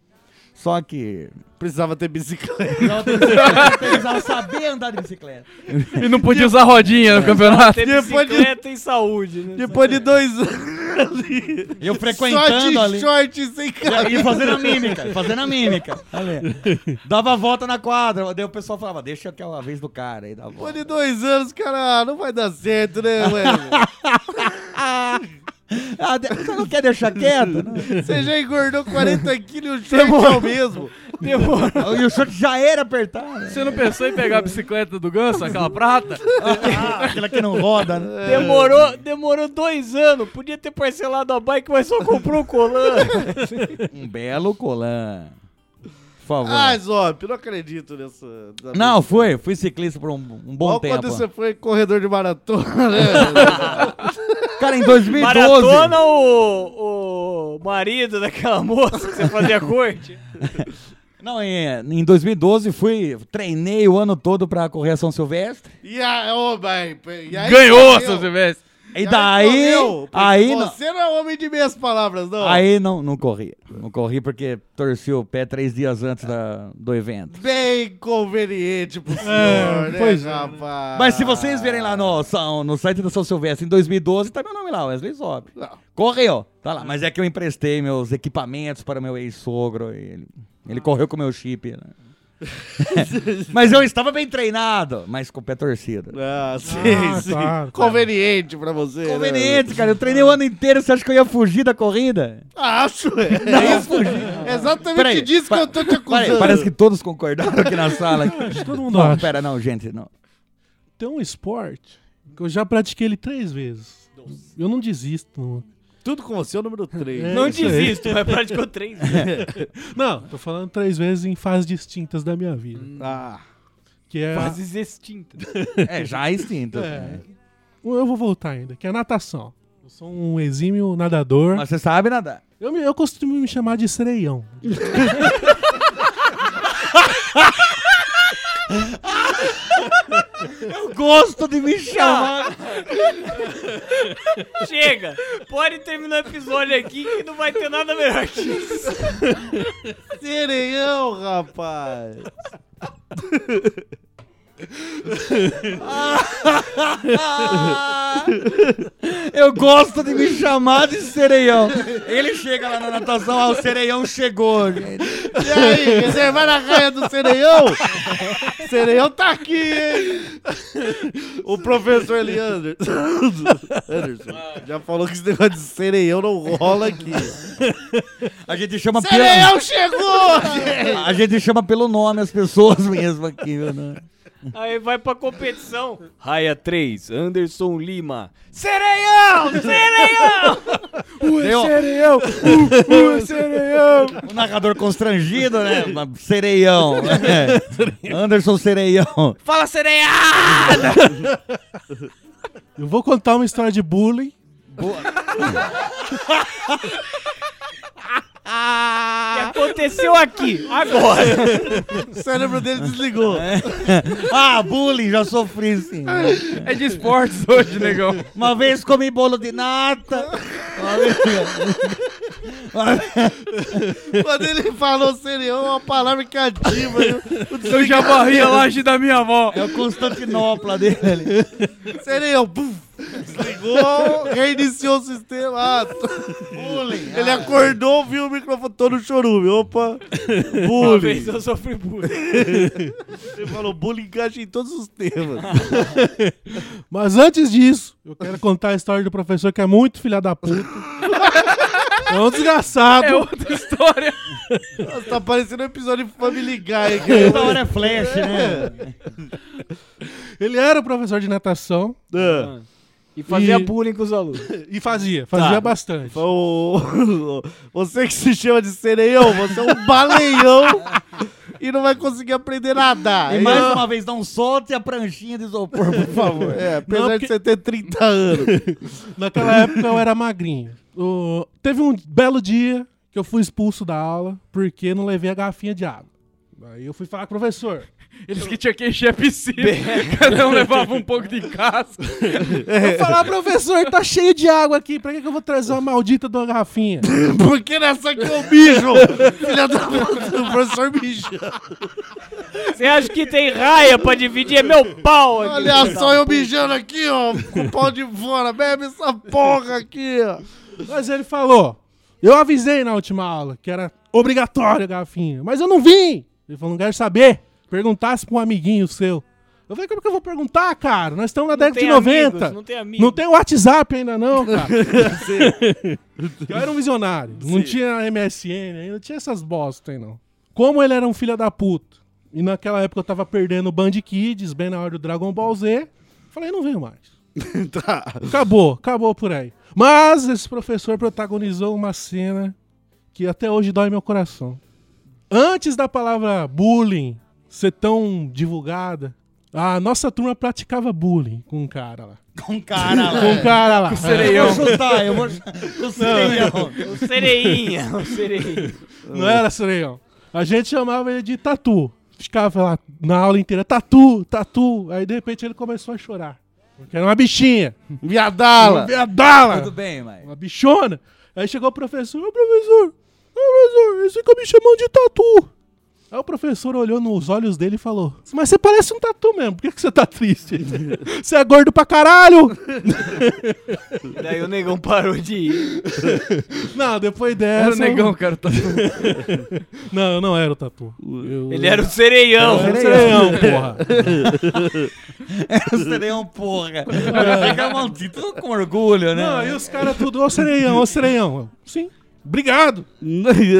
F: Só que.
E: Precisava ter bicicleta.
F: Precisava ter bicicleta, precisava saber andar de bicicleta.
H: E não podia usar rodinha no campeonato.
G: Ter
E: Depois de-
G: bicicleta e é, saúde, né?
E: Depois de dois anos ali.
F: Eu
E: só
F: frequentando
E: de
F: Tá ali.
E: short sem camisa.
F: E fazendo a mímica, fazendo a mímica. Ali. Dava a volta na quadra, daí o pessoal falava, deixa que é a vez do cara aí, dá a volta.
E: Depois de dois anos, cara, Ah, não vai dar certo, né, velho?
F: Ah, de- você não quer deixar quieto? né?
E: Você já engordou 40 quilos e o short é o mesmo.
F: E o short já era apertado.
H: Você não pensou em pegar a bicicleta do Ganso, aquela prata?
F: Ah, aquela que não roda, né?
G: Demorou, demorou dois anos. Podia ter parcelado a bike, mas só comprou o colan.
F: Um belo colan. Por favor.
E: Ah, Zop, não acredito nessa. nessa-
F: É. não, fui. Fui ciclista por um, um bom
E: Olha
F: tempo.
E: quando você foi corredor de maratona, né?
F: Cara, em 2012...
G: Maratona o, o marido daquela moça que você fazia corte.
F: Não, em, em 2012 fui... Treinei o ano todo pra correr a São Silvestre.
E: e, a, ô, vai, e aí
H: Ganhou,
E: correu.
H: seu Silvestre.
F: E daí...
E: correu, porque
F: Aí... não-
E: Você não é homem de meias palavras, não.
F: Aí não, não corri. Não corri porque torci o pé três dias antes da- do evento.
E: Bem conveniente pro senhor, né,
I: pois é.
E: rapaz?
F: Mas se vocês verem lá no, São- no site da São Silvestre em 2012, tá meu nome lá, Wesley Zob.
E: Não.
F: Correu, tá lá. Mas é que eu emprestei meus equipamentos para o meu ex-sogro. e Ele, ele correu com o meu chip. né? mas eu estava bem treinado, mas com o pé torcido.
E: Ah, sim,
I: Ah,
E: sim.
I: claro.
E: Conveniente pra você. né?
F: Conveniente, cara. Eu treinei o ano inteiro. Você acha que eu ia fugir da corrida?
E: Acho, é. é isso. Exatamente
F: Peraí,
E: disso
F: pa-
E: que eu tô te
F: Pare-
E: acusando.
F: parece que todos concordaram aqui na sala.
I: Todo mundo
F: Não,
I: acha.
F: pera, não, gente, não.
I: Tem um esporte que eu já pratiquei ele três vezes. Eu não desisto. Não,
E: Tudo com você é o número 3.
I: É.
G: Não
I: isso aí.
G: desisto, mas praticou três.
I: não tô falando três vezes em fases distintas da minha vida.
E: Ah,
I: Que é.
G: Fases extintas.
F: É, já extinto.
I: É. Eu vou voltar ainda, que é natação. Eu sou um exímio nadador.
F: Mas você sabe nadar.
I: Eu, me- eu costumo me chamar de sereião.
F: Gosto de me chamar.
G: Chega, pode terminar o episódio aqui que não vai ter nada melhor que isso.
E: sereião, rapaz.
F: Eu gosto de me chamar de sereião. Ele chega lá na natação, ah, o sereião chegou. gente.
E: E aí, você vai na raia do sereião? sereião tá aqui, hein? O professor Eli Anderson. Anderson já falou que esse negócio de sereião não rola aqui.
F: A gente chama pelo,
E: Sereião chegou! gente!
F: a gente chama pelo nome as pessoas mesmo aqui, né?
G: Aí vai pra competição. Raia 3, Anderson Lima. Sereião! Sereião!
F: Tem o-
I: Sereião!
F: o Um narrador constrangido, né? Mas Sereião. né? Anderson Sereião.
H: Fala, sereia!
I: Eu vou contar uma história de bullying.
G: que aconteceu aqui, agora.
E: O cérebro dele desligou.
F: Ah, bullying, já sofri sim.
H: É de esportes hoje, negão.
F: Uma vez comi bolo de nata. Uma vez-
E: Quando ele falou sereião, é uma palavra que ativa. viu? O
H: Eu já varri a laje da minha avó.
F: É o Constantinopla dele. ali.
E: Sereião, um buf, desligou, reiniciou o sistema. Ah, t- bullying. Ele acordou, viu o microfone todo chorume. Opa,
G: Uma
E: bullying.
G: vez eu sofri bullying.
E: Ele falou, bullying encaixa em todos os temas.
I: Mas antes disso, eu quero contar a história do professor que é muito filha da puta. É um desgraçado.
H: É outra história.
E: Nossa, tá parecendo um episódio de Family Guy.
F: Toda hora é flash, né?
I: Ele era professor de natação
E: Ah,
G: E fazia
I: E-
G: bullying com os alunos.
I: e fazia, fazia
E: Tá.
I: bastante.
E: o- o- você que se chama de sereião, você é um baleão e não vai conseguir aprender nada. Então,
F: E mais uma vez, não solte a pranchinha de isopor, por favor.
E: É, apesar
I: Não,
E: de
I: porque-
E: você ter 30 anos.
I: Naquela época eu era magrinho. O- Teve um belo dia que eu fui expulso da aula porque não levei a garrafinha de água. Aí eu fui falar com o professor.
H: Eles que tinham que encher a piscina. Cada um levava um pouco de casa.
I: Eu falar, professor, tá cheio de água aqui, pra que, que eu vou trazer uma maldita de uma garrafinha?
E: Porque nessa aqui eu mijo! Filha da puta, o professor mija.
G: Você acha que tem raia pra dividir? É meu pau aqui.
E: Olha só, eu mijando aqui, ó, com o pau de fora. Bebe essa porra aqui, ó.
I: Mas ele falou, eu avisei na última aula que era obrigatório a garrafinha, mas eu não vim. Ele falou, não quero saber. Perguntasse pra um amiguinho seu. Eu falei, como que eu vou perguntar, cara? Nós estamos na década
G: tem
I: de 90.
G: amigos, não tem amigos.
I: Não tem WhatsApp ainda não, cara. eu era um visionário. Não tinha MSN ainda, não tinha essas bosta aí não. Como ele era um filho da puta, e naquela época eu tava perdendo o Band Kids, bem na hora do Dragon Ball Z, falei, não venho mais.
E: Tá.
I: Acabou, acabou por aí. Mas esse professor protagonizou uma cena que até hoje dói meu coração. Antes da palavra bullying ser tão divulgada, a nossa turma praticava bullying com um cara lá.
F: Com é. cara lá.
I: Com um cara lá.
F: Eu vou chutar, eu vou chutar. Com sereião.
G: O Sereinha, o Sereinha.
I: Não era sereião. A gente chamava ele de tatu. Ficava lá na aula inteira, tatu, tatu. Aí de repente ele começou a chorar. Porque era uma bichinha.
E: Viadala!
I: Viadala!
F: Tudo bem, mas...
I: Uma bichona. Aí chegou o professor, ô professor, ô professor, eles ficam me chamando de tatu. Aí o professor olhou nos olhos dele e falou: Mas você parece um tatu mesmo, por que, que você tá triste? você é gordo pra caralho!
G: Daí o negão parou de ir.
I: Não, depois
H: Era
I: dessa.
H: o negão, cara. Tá...
I: Não, eu não era o tatu. Eu-
G: Ele era o sereião.
I: eu era o sereião, porra.
F: Era o sereião, é um porra. Agora fica maldito com orgulho, né?
I: Não, e os caras tudo, ô sereião, ô sereião. Eu, Sim. Obrigado!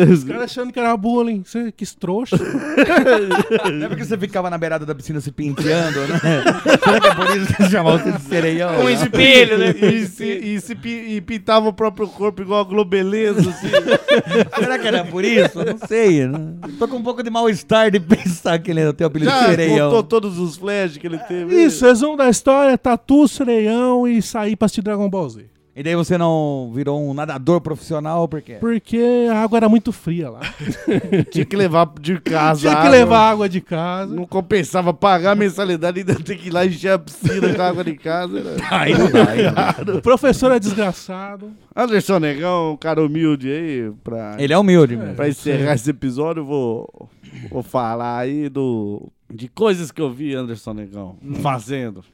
I: Os caras achando que era bullying. Você que trouxa.
F: Não é porque você ficava na beirada da piscina se penteando, né? Será que é por isso que chamava você de sereião?
G: Com espelho, né?
E: E, se, e, se pi- e pintava o próprio corpo igual a Globeleza, assim.
F: Será que era por isso? Eu Não sei. Né? Tô com um pouco de mal-estar de pensar que ele é o teu apelido de
E: Já contou
F: sereião.
E: todos os flashes que ele teve.
I: Isso, resumo da história: tatu, sereião e sair pra assistir Dragon Ball Z.
F: E daí você não virou um nadador profissional, por quê?
I: Porque a água era muito fria lá.
E: Tinha que levar de casa.
I: Tinha que
E: água.
I: levar água de casa.
E: Não compensava pagar a mensalidade e ainda ter que ir lá encher a piscina com a água de casa. Né?
I: O professor é desgraçado.
E: Anderson Negão, um cara humilde aí, pra,
F: Ele é humilde mesmo.
E: pra encerrar esse episódio, eu vou, vou falar aí do, de coisas que eu vi Anderson Negão fazendo.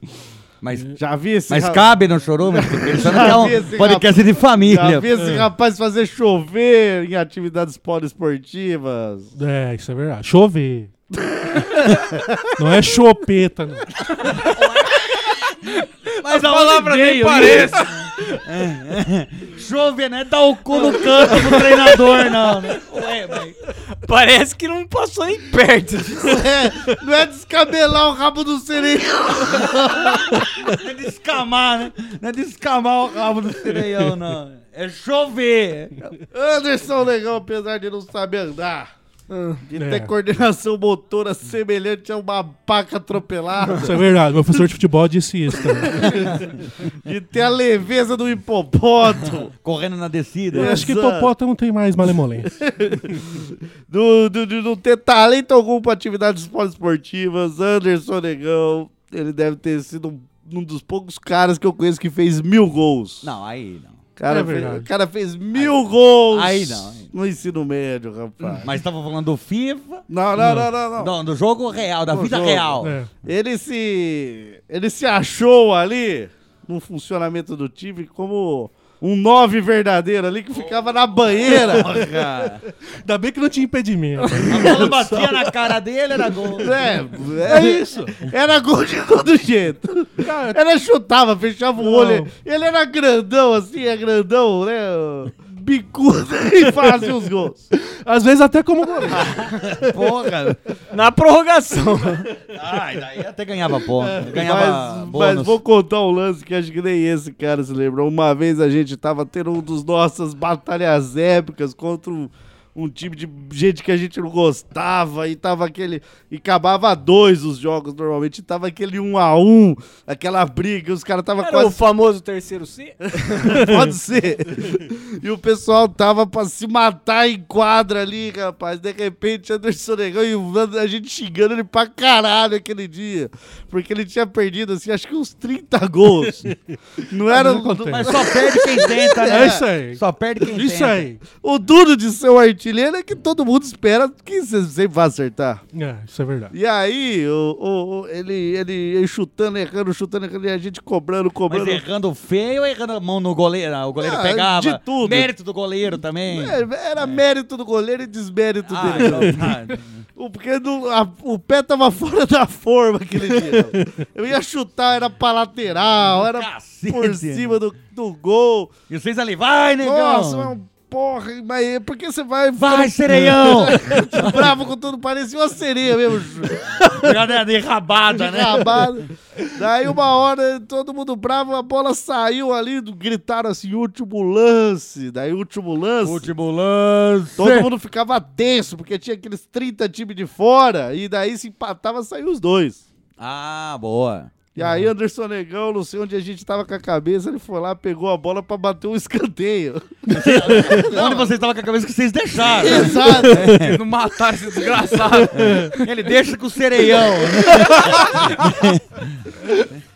F: Mas,
E: Já vi esse
F: mas
E: ra-
F: cabe no chorume? Tô pensando
E: Já
F: que é
E: vi esse
F: um podcast de
E: Já
F: família.
E: vi esse rapaz fazer chover em atividades poliesportivas.
I: É, isso é verdade. Chover. não é chopeta, não.
F: Mas a
H: Palavra nem parece.
F: Chove, né? Dá o cu no canto pro treinador, não, né? Ué, mas...
G: Parece que não passou nem perto. disso.
E: É, não é descabelar o rabo do sereia.
F: Não é descamar, né? Não é descamar o rabo do sereião, não. É chover.
E: Anderson Negão, apesar de não saber andar. De
I: É.
E: ter coordenação motora semelhante a uma paca atropelada.
I: Isso é verdade. Meu professor de futebol disse isso também.
E: De ter a leveza do hipopótamo.
F: Correndo na descida.
I: Eu acho que
E: Exato.
I: hipopótamo tem mais malemolência.
E: do, do- de não ter talento algum para atividades poliesportivas. Anderson Negão, ele deve ter sido um, um dos poucos caras que eu conheço que fez mil gols.
F: Não, aí não.
E: O cara,
I: É
E: fez,
I: verdade.
E: o cara fez mil gols
F: aí não, Hum. aí.
E: no ensino médio, rapaz.
F: Mas tava falando do FIFA,
E: Não, não, não, não, não.
F: do, do jogo real, da
E: Do
F: vida
E: jogo,
F: real.
I: É.
E: Ele se. Ele se achou ali no funcionamento do time como um nove verdadeiro ali que ficava na banheira.
F: Cara,
I: Ainda bem que não tinha impedimento.
F: a bola batia na cara dele, era gol.
E: É, é isso. Era gol de todo jeito. Ela chutava, fechava o olho. Ele era grandão, assim, é grandão, né? Bicudo e fazia os gols.
I: Às vezes até como goleiro.
F: Porra.
G: Na prorrogação.
F: Ai, daí até ganhava ponto. Ganhava
E: É, Mas,
F: bônus.
E: mas vou contar um lance que acho que nem esse cara se lembrou. Uma vez a gente tava tendo um dos nossas batalhas épicas contra um, um um time de gente que a gente não gostava e tava aquele. E acabava dois os jogos normalmente, e tava aquele um a um, aquela briga, os caras tava
G: Era
E: quase.
G: o famoso terceiro C?
E: Pode ser. E o pessoal tava pra se matar em quadra ali, rapaz. De repente, Anderson Negão e o Wanda, a gente xingando ele pra caralho aquele dia. Porque ele tinha perdido, assim, acho que uns 30 gols. Não era... um
F: Mas só perde quem tenta, né?
E: É isso aí.
F: Só perde quem
E: Isso
F: tenta.
E: aí. O duro de ser um artilheiro é que todo mundo espera que você sempre vai acertar.
I: É, isso é verdade.
E: E aí, o, o- o- ele, ele, ele chutando, errando, chutando, errando, e a gente cobrando,
F: Mas é
E: cobrando.
F: errando feio ou errando a mão no goleiro? Ah, O goleiro
E: Ah,
F: pegava.
E: de tudo.
F: Mérito do goleiro também.
E: É, Era mérito do goleiro e desmérito
F: Ah,
E: dele.
F: então tá.
E: O, porque não- a- o pé tava fora da forma aquele dia. Eu ia chutar, era pra lateral, era
F: Cacete.
E: Tá por cima do, do gol.
F: E vocês ali, vai, negão!
E: Nossa, mas é um porra, mas é porque você vai.
F: Vai,
E: ficando
F: sereião!
E: bravo com tudo, parecia uma sereia mesmo. um
F: Jogada derrabada, né?
E: Acabado. Daí uma hora, todo mundo bravo, a bola saiu ali, gritaram assim, último lance. Daí último lance.
F: Último lance.
E: Todo mundo ficava tenso, porque tinha aqueles 30 times de fora, e daí se empatava, saiu os dois.
F: Ah, boa.
E: E aí, Anderson Negão, não sei onde a gente tava com a cabeça, ele foi lá, pegou a bola pra bater um escanteio.
F: Onde vocês estavam com a cabeça que vocês deixaram?
E: Exato.
H: Vocês não mataram esse desgraçado.
F: Ele deixa com o sereião.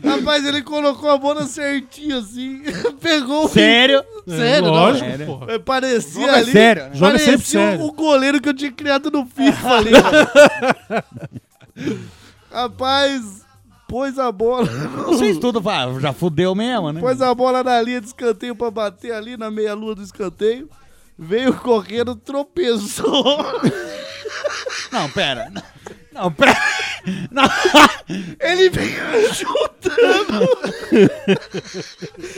E: Rapaz, ele colocou a bola certinho assim, pegou o.
F: Sério?
E: Sério, não.
I: Lógico,
F: né?
I: porra.
E: É, Parecia
F: Joga
E: ali.
F: sério, né?
I: Joga
E: parecia
I: sempre sério.
E: o goleiro que eu tinha criado no FIFA ali. mano. Rapaz, pôs a bola.
F: Vocês tudo pá, já fudeu mesmo, né?
E: Pôs a bola na linha de escanteio pra bater ali na meia-lua do escanteio. Veio correndo, tropeçou.
F: Não, pera. Não, pera. Não.
E: Ele veio chutando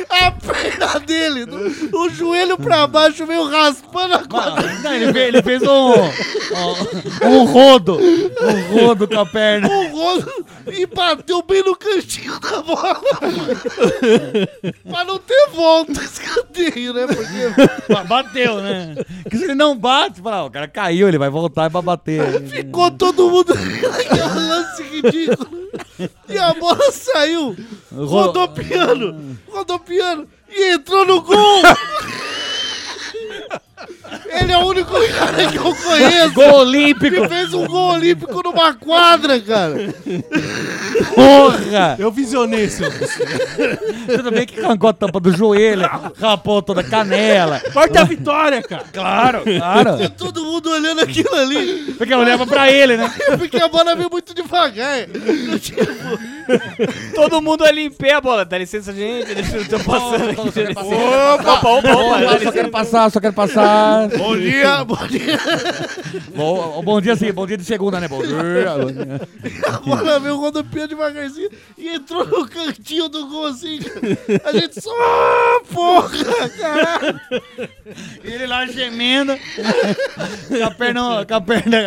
E: a perna dele, do, o joelho pra baixo, veio raspando a quadra.
F: Não, ele fez, ele fez um, um. um rodo. Um rodo com a perna.
E: com o rosto e bateu bem no cantinho da bola. pra não ter volta esse cantinho, né? Porque
F: Bateu, né? Porque se ele não bate, fala, "Ah, o cara caiu, ele vai voltar pra bater.
E: ficou todo mundo naquele lance ridículo. E a bola saiu rodopiando, rodopiando e entrou no gol. Ele é o único cara que eu conheço.
F: Gol olímpico!
E: que fez um gol olímpico numa quadra, cara.
F: Porra!
I: Eu visionei isso.
F: Tudo bem que arrancou a tampa do joelho, rapou toda a canela.
I: Corta a vitória, cara.
F: Claro, claro.
E: Todo mundo olhando aquilo ali.
F: Porque eu olhava pra ele, né?
E: Porque a bola veio muito devagar. Tipo,
G: Todo mundo ali em pé, a bola. Dá licença, gente. Deixa eu tô passando aqui.
F: Opa, opa, opa. Só quero passar, só quero passar.
E: Bom dia, bom dia.
F: Bom, bom dia sim, bom dia de segunda, né? Bom dia. bom dia.
E: A bola veio rodopiando devagarzinho e entrou no cantinho do gol assim. A gente só. Ah, porra, caralho.
F: Ele lá gemendo, com a perna, com a perna,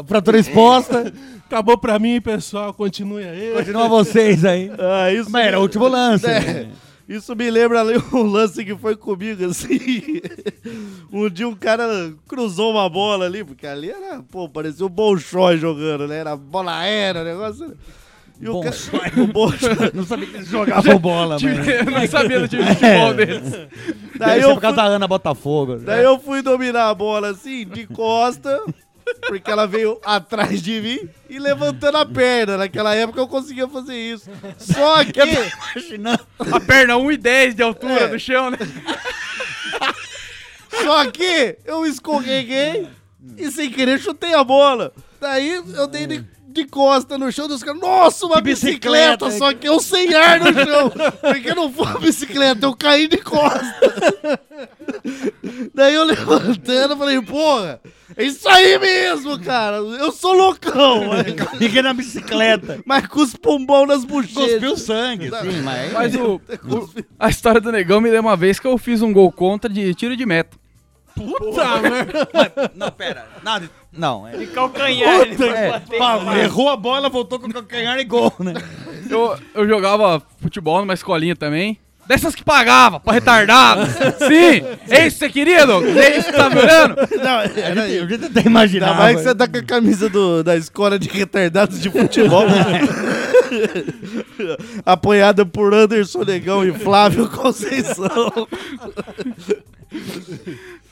F: a fratura exposta.
I: Acabou pra mim, pessoal. Continue aí.
F: Continua vocês aí.
E: Ah, isso.
F: Mas era o último lance.
E: É,
F: né?
E: Isso me lembra ali um lance que foi comigo, assim. Um dia um cara cruzou uma bola ali, porque ali era, pô, parecia o Bolshoi jogando, né? Era bola aérea, o negócio. E o cara- o Bolshoi.
F: Não sabia que eles jogavam bola, mano. É.
H: Eu não sabia do time de futebol deles.
F: Daí
E: Daí eu
F: por causa
E: fui-
F: da Ana Botafogo.
E: Daí eu fui dominar a bola assim, de costa, porque ela veio atrás de mim e levantando a perna. Naquela época eu conseguia fazer isso. Só que.
F: imaginando.
H: A perna 1,10 de altura
E: É.
H: do chão, né?
E: Só que eu escorreguei e sem querer chutei a bola. Daí eu dei de, de costa no chão dos caras. Nossa, uma
F: Que bicicleta,
E: bicicleta,
F: hein?
E: Só que eu sem ar no chão. Porque não foi uma bicicleta, eu caí de costa. Daí eu levantando, falei, porra, é isso aí mesmo, cara. Eu sou loucão. mas-
F: Fiquei na bicicleta.
E: Mas com os pombão nas bochechas.
F: Cuspiu sangue, assim, sim, mas...
H: Mas o, o- a história do negão me lembra uma vez que eu fiz um gol contra de tiro de meta.
F: Não, pera. Nada. Não, é...
G: Calcanhar. ele foi
F: é,
G: bater.
F: pá, errou a bola, voltou com o calcanhar e gol, né?
H: Eu, eu jogava futebol numa escolinha também. Dessas que pagava, pra retardado. Sim, é isso que você queria, Douglas? É isso que tá me olhando?
E: Não,
F: eu já
H: até imaginava.
E: Ainda mais que você tá com a camisa do- da escola de retardados de futebol. Apoiada por Anderson Negão e Flávio Conceição.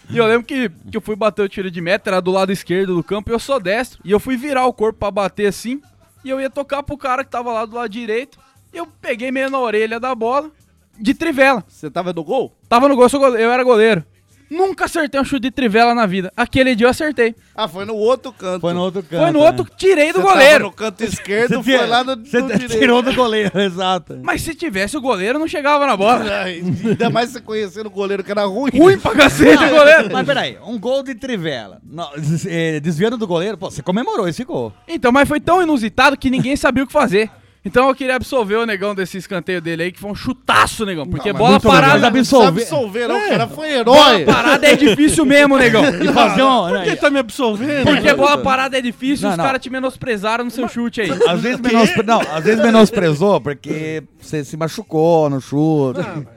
H: E eu lembro que, que eu fui bater o tiro de meta, era do lado esquerdo do campo, e eu sou destro. E eu fui virar o corpo pra bater assim, e eu ia tocar pro cara que tava lá do lado direito. E eu peguei meio na orelha da bola, de trivela.
E: Você tava no gol?
H: Tava no gol, eu, sou gole- eu era goleiro. Nunca acertei um chute de trivela na vida. Aquele dia eu acertei.
E: Ah, foi no outro canto.
F: Foi no outro canto.
H: Foi no outro,
F: né?
H: tirei do
E: Você tava
H: goleiro.
E: no canto esquerdo,
F: Você
E: foi lá no, no
F: Você
E: direito.
F: tirou do goleiro, exato.
H: Mas se tivesse o goleiro, não chegava na bola.
E: Ai, Ainda mais você conhecendo o goleiro que era ruim.
H: Ruim pra cacete o goleiro.
F: Ah, Mas peraí, um gol de trivela. Não, des- eh, desviando do goleiro, pô, você comemorou esse gol.
H: Então, mas foi tão inusitado que ninguém sabia o que fazer. Então eu queria absolver o negão desse escanteio dele aí, que foi um chutaço, negão. Porque bola
F: muito legal.
H: parada.
F: Mas
E: Sabe
F: absolver.
E: absolver, não, o cara foi herói.
H: Bola parada é difícil mesmo, negão.
F: E fazer um.
I: Por que tá me absolvendo?
H: Porque bola parada é difícil,
F: Não,
H: os
F: não.
H: caras te menosprezaram no seu chute aí.
F: Às vezes, menospre... não, às vezes menosprezou porque você se machucou no chute. Tá,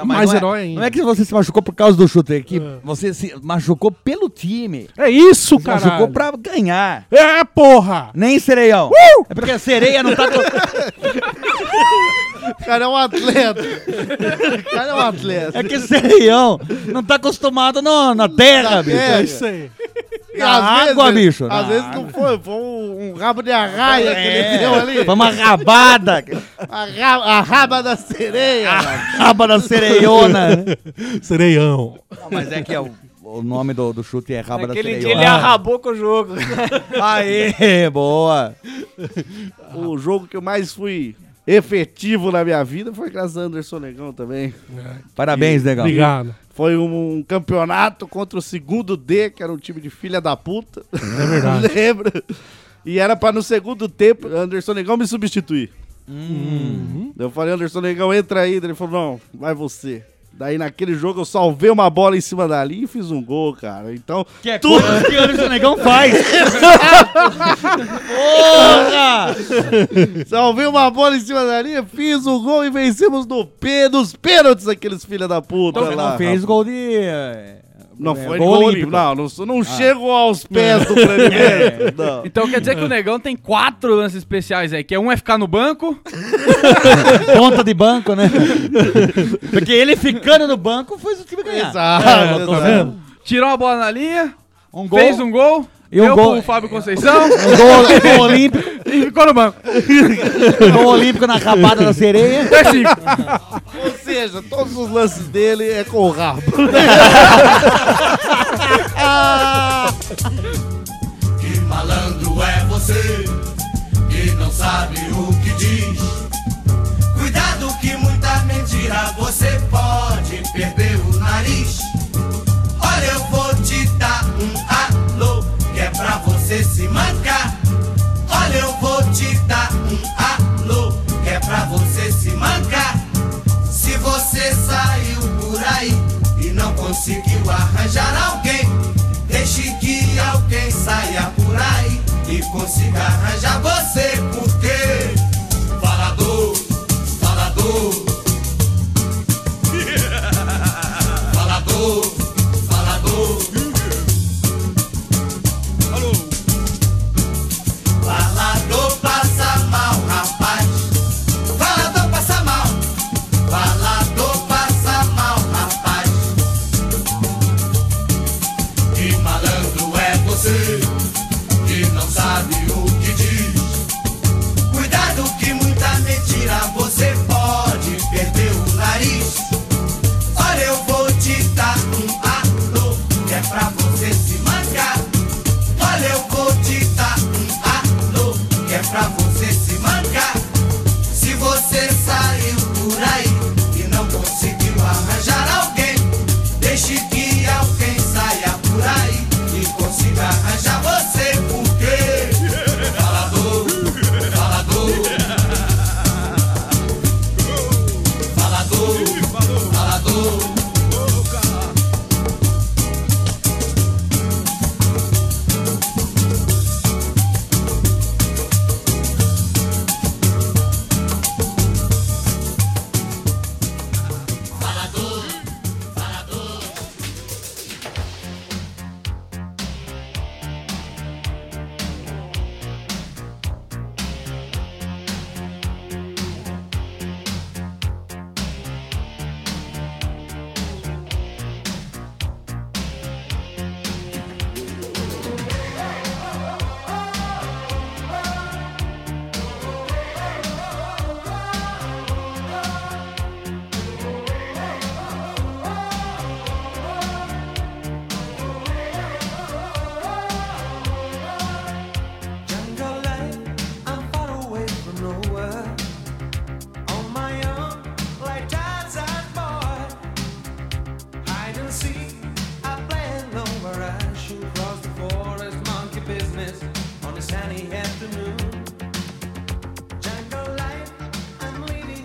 I: Ah, Mais
F: não é-
I: herói ainda.
F: Não é que você se machucou por causa do chute, é que você se machucou pelo time.
I: É isso,
F: Se
I: cara.
F: machucou pra ganhar.
I: É, porra!
F: Nem sereião.
I: Uh!
F: É porque a sereia não tá. co-
E: O cara é um atleta. O cara é um atleta.
F: É que sereião não tá acostumado no- na terra, bicho.
I: É
E: É.
I: isso aí.
E: E
F: na água, bicho, na
E: Às vezes não foi, foi um, um rabo de arraia que ele deu ali.
F: É. Foi uma rabada.
E: A, ra- a raba da sereia.
F: Raba da sereiona.
I: Sereião.
F: Não, mas é que é o, o nome do, do chute é raba da
G: Aquele
F: sereiona.
G: dia ele arrabou com o jogo.
F: Aê, boa.
E: o jogo que eu mais fui efetivo na minha vida foi graças a Anderson Negão também.
F: Parabéns, negão.
I: Obrigado.
E: Foi um, um campeonato contra o segundo D, que era um time de filha da puta. É
I: verdade.
E: Lembra? E era pra no segundo tempo Anderson Negão me substituir. Eu falei, Anderson Negão, entra aí. Daí Ele falou, não, vai você. Daí naquele jogo eu salvei uma bola em cima da linha e fiz um gol, cara. Então,
F: Que é coisa que o Anderson Negão faz. Porra!
E: Salvei uma bola em cima da linha, fiz o gol e vencemos no pé dos pênaltis aqueles filha da puta
F: Então,
E: lá.
F: não fez gol de... eh,
E: Não
F: é,
E: foi gol olímpico. Não, não, sou- não chego aos pés do brasileiro. Não.
H: Então quer dizer que o negão tem quatro lances especiais aí, que é um é ficar no banco,
F: Ponta de banco, né? Porque ele ficando no banco fez o time ganhar.
E: Exato,
F: É,
I: Ah, tá
E: exato.
I: vendo?
H: tirou a bola na linha,
F: Um gol,
H: fez um gol,
F: E um
H: deu
F: gol-
H: pro Fábio Conceição
F: um gol, um gol olímpico,
H: e ficou no banco.
F: um gol olímpico na rabada da sereia.
H: É cinco.
E: Ou seja, todos os lances dele é com o rabo.
J: Que malandro é você que não sabe o que diz? Cuidado que muita mentira você pode perder o nariz. Olha, eu vou te dar um alô que é pra você se mancar. Olha, eu vou te dar um alô que é pra você se mancar. Se você saiu por aí e não conseguiu arranjar alguém, deixe que alguém saia por aí e consiga arranjar você, porque falador, falador, falador, falador. Falador passa mal, rapaz. Falador passa mal. Falador passa mal, rapaz. Que malandro é você que não sabe o que diz. um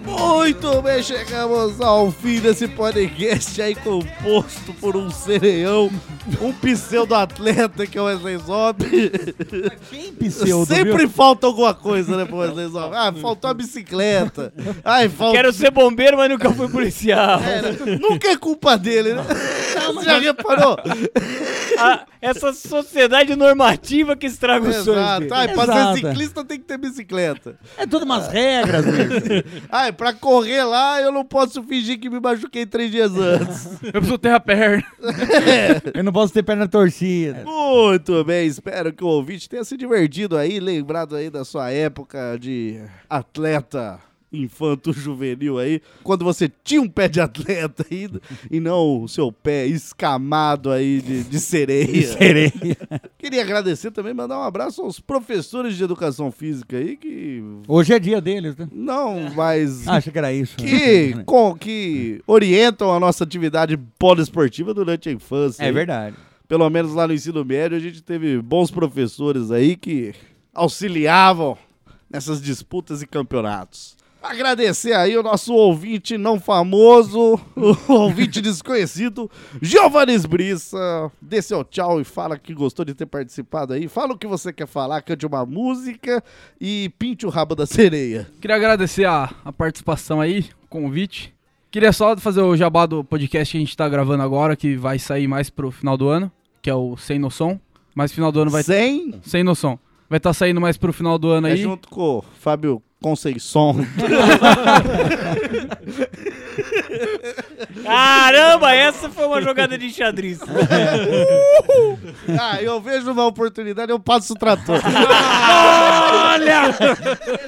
E: Muito bem, chegamos ao fim desse podcast aí composto por um sereião, um pseudo-atleta que é o Wesley Zop. Quem
G: é pseudo,
E: Sempre
G: viu?
E: falta alguma coisa, né, pro Wesley Zop? Ah, faltou a bicicleta. Ai, falta...
G: Quero ser bombeiro, mas nunca fui policial.
E: É, né? nunca é culpa dele, né? Você já reparou?
G: A- essa sociedade normativa que estraga os sonhos
E: Exato.
G: dele.
E: Ai, pra ser
G: Exato.
E: ciclista tem que ter bicicleta.
F: É tudo umas regras, Luiz.
E: Ai, pra correr lá eu não posso fingir que me machuquei três dias antes.
H: Eu preciso ter a perna.
F: Eu não posso ter perna torcida.
E: Muito bem, espero que o ouvinte tenha se divertido aí, lembrado aí da sua época de atleta infanto-juvenil aí, quando você tinha um pé de atleta ainda, e não o seu pé escamado aí de, de sereia.
F: De sereia.
E: Queria agradecer também, mandar um abraço aos professores de educação física aí que...
F: Hoje é dia deles, né?
E: Não, mas...
F: Acha que era isso. É
E: que, com, que orientam a nossa atividade poliesportiva durante a infância.
F: É
E: hein?
F: verdade.
E: Pelo menos lá no ensino médio, a gente teve bons professores aí que auxiliavam nessas disputas e campeonatos. Agradecer aí o nosso ouvinte não famoso, o ouvinte desconhecido, Giovanni Briça. Dê seu tchau e fala que gostou de ter participado aí. Fala o que você quer falar, cante uma música e pinte o rabo da sereia.
H: Queria agradecer a, a participação aí, o convite. Queria só fazer o jabá do podcast que a gente tá gravando agora, que vai sair mais pro final do ano, que é o Sem Noção. Mas final do ano vai...
E: Sem?
H: Sem Noção. Vai estar saindo mais pro final do ano
E: É
H: aí.
E: junto com o Fábio Conceição.
G: Caramba, essa foi uma jogada de xadrez.
E: ah, eu vejo uma oportunidade, eu passo o trator.
H: Olha!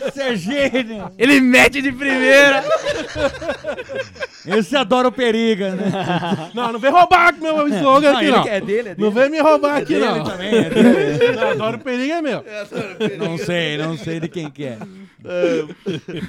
F: Esse é gênio.
H: Ele mete de primeira.
F: Esse adora o periga, né?
I: Não, não vem roubar com meu slogan
F: Não,
I: aqui,
F: ele
I: não.
F: que é dele, é dele.
I: Não vem me roubar
F: É
I: aqui,
F: dele
I: não.
F: também, é dele.
I: Não, Adoro o perigo, é meu.
F: Não sei, não sei de quem que é.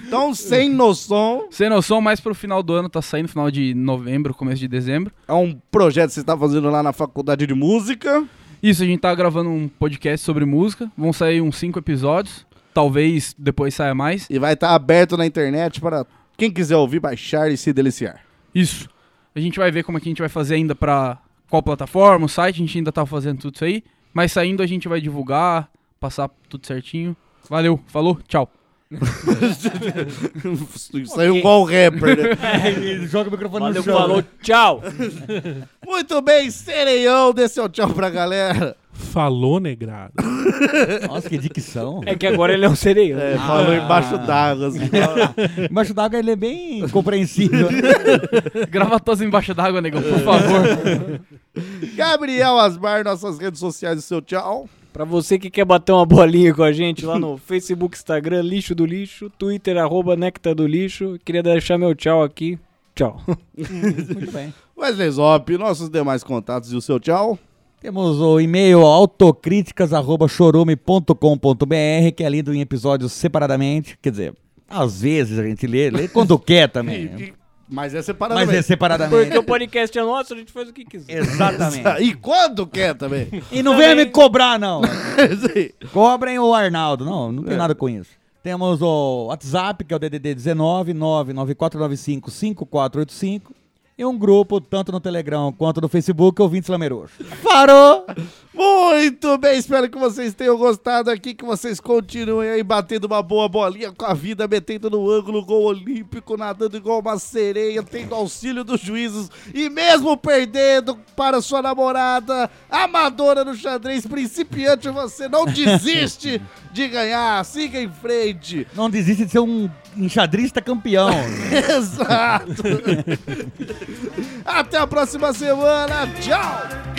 E: Então, sem noção,
H: Sem Noção, mais pro final do ano, tá saindo final de novembro, começo de dezembro.
E: é um projeto que você está fazendo lá na faculdade de música.
H: Isso, a gente tá gravando um podcast sobre música. Vão sair uns cinco episódios. Talvez depois saia mais.
E: E vai estar aberto na internet para quem quiser ouvir, baixar e se deliciar.
H: Isso. A gente vai ver como é que a gente vai fazer ainda pra qual plataforma, o site, a gente ainda tá fazendo tudo isso aí. Mas saindo a gente vai divulgar, passar tudo certinho. Valeu, falou, tchau.
E: Saiu igual o é um rapper, né?
F: Ele joga o microfone
G: Valeu,
F: no chão.
G: falou, tchau.
E: Muito bem, sereião, dê seu é tchau pra galera.
I: Falou, negrado.
F: Nossa, que dicção.
G: É que agora ele é um sereião.
E: É, falou embaixo d'água, assim.
F: Embaixo d'água ele é bem compreensível.
H: Grava todos embaixo d'água, negão, por favor.
E: Gabriel Asmar, nossas redes sociais, o seu tchau.
G: Pra você que quer bater uma bolinha com a gente lá no Facebook, Instagram, Lixo do Lixo, Twitter, arroba Necta do Lixo. Queria deixar meu tchau aqui. Tchau.
F: Muito bem.
E: Wesley Zop, nossos demais contatos e o seu tchau.
F: Temos o e-mail autocríticas.chorume.com.br, que é lido em episódios separadamente. Quer dizer, às vezes a gente lê, lê quando quer também.
E: Mas é separado.
F: Mas é
G: Porque o
F: separadamente.
G: podcast é nosso, a gente faz o que quiser.
F: Exatamente.
E: E quando quer também.
F: E não venha me cobrar, não.
E: Sim.
F: Cobrem o Arnaldo. Não, não tem nada com isso. Temos o WhatsApp, que é o DDD 19 99495 5485. E um grupo, tanto no Telegram quanto no Facebook, ouvintes Lameroxo. Parou!
E: Muito bem, espero que vocês tenham gostado aqui, que vocês continuem aí batendo uma boa bolinha com a vida, metendo no ângulo, gol olímpico, nadando igual uma sereia, tendo auxílio dos juízes e mesmo perdendo para sua namorada, amadora no xadrez, principiante, você não desiste de ganhar, siga em frente.
F: Não desiste de ser um enxadrista campeão.
E: Exato. Até a próxima semana, tchau.
J: Oh,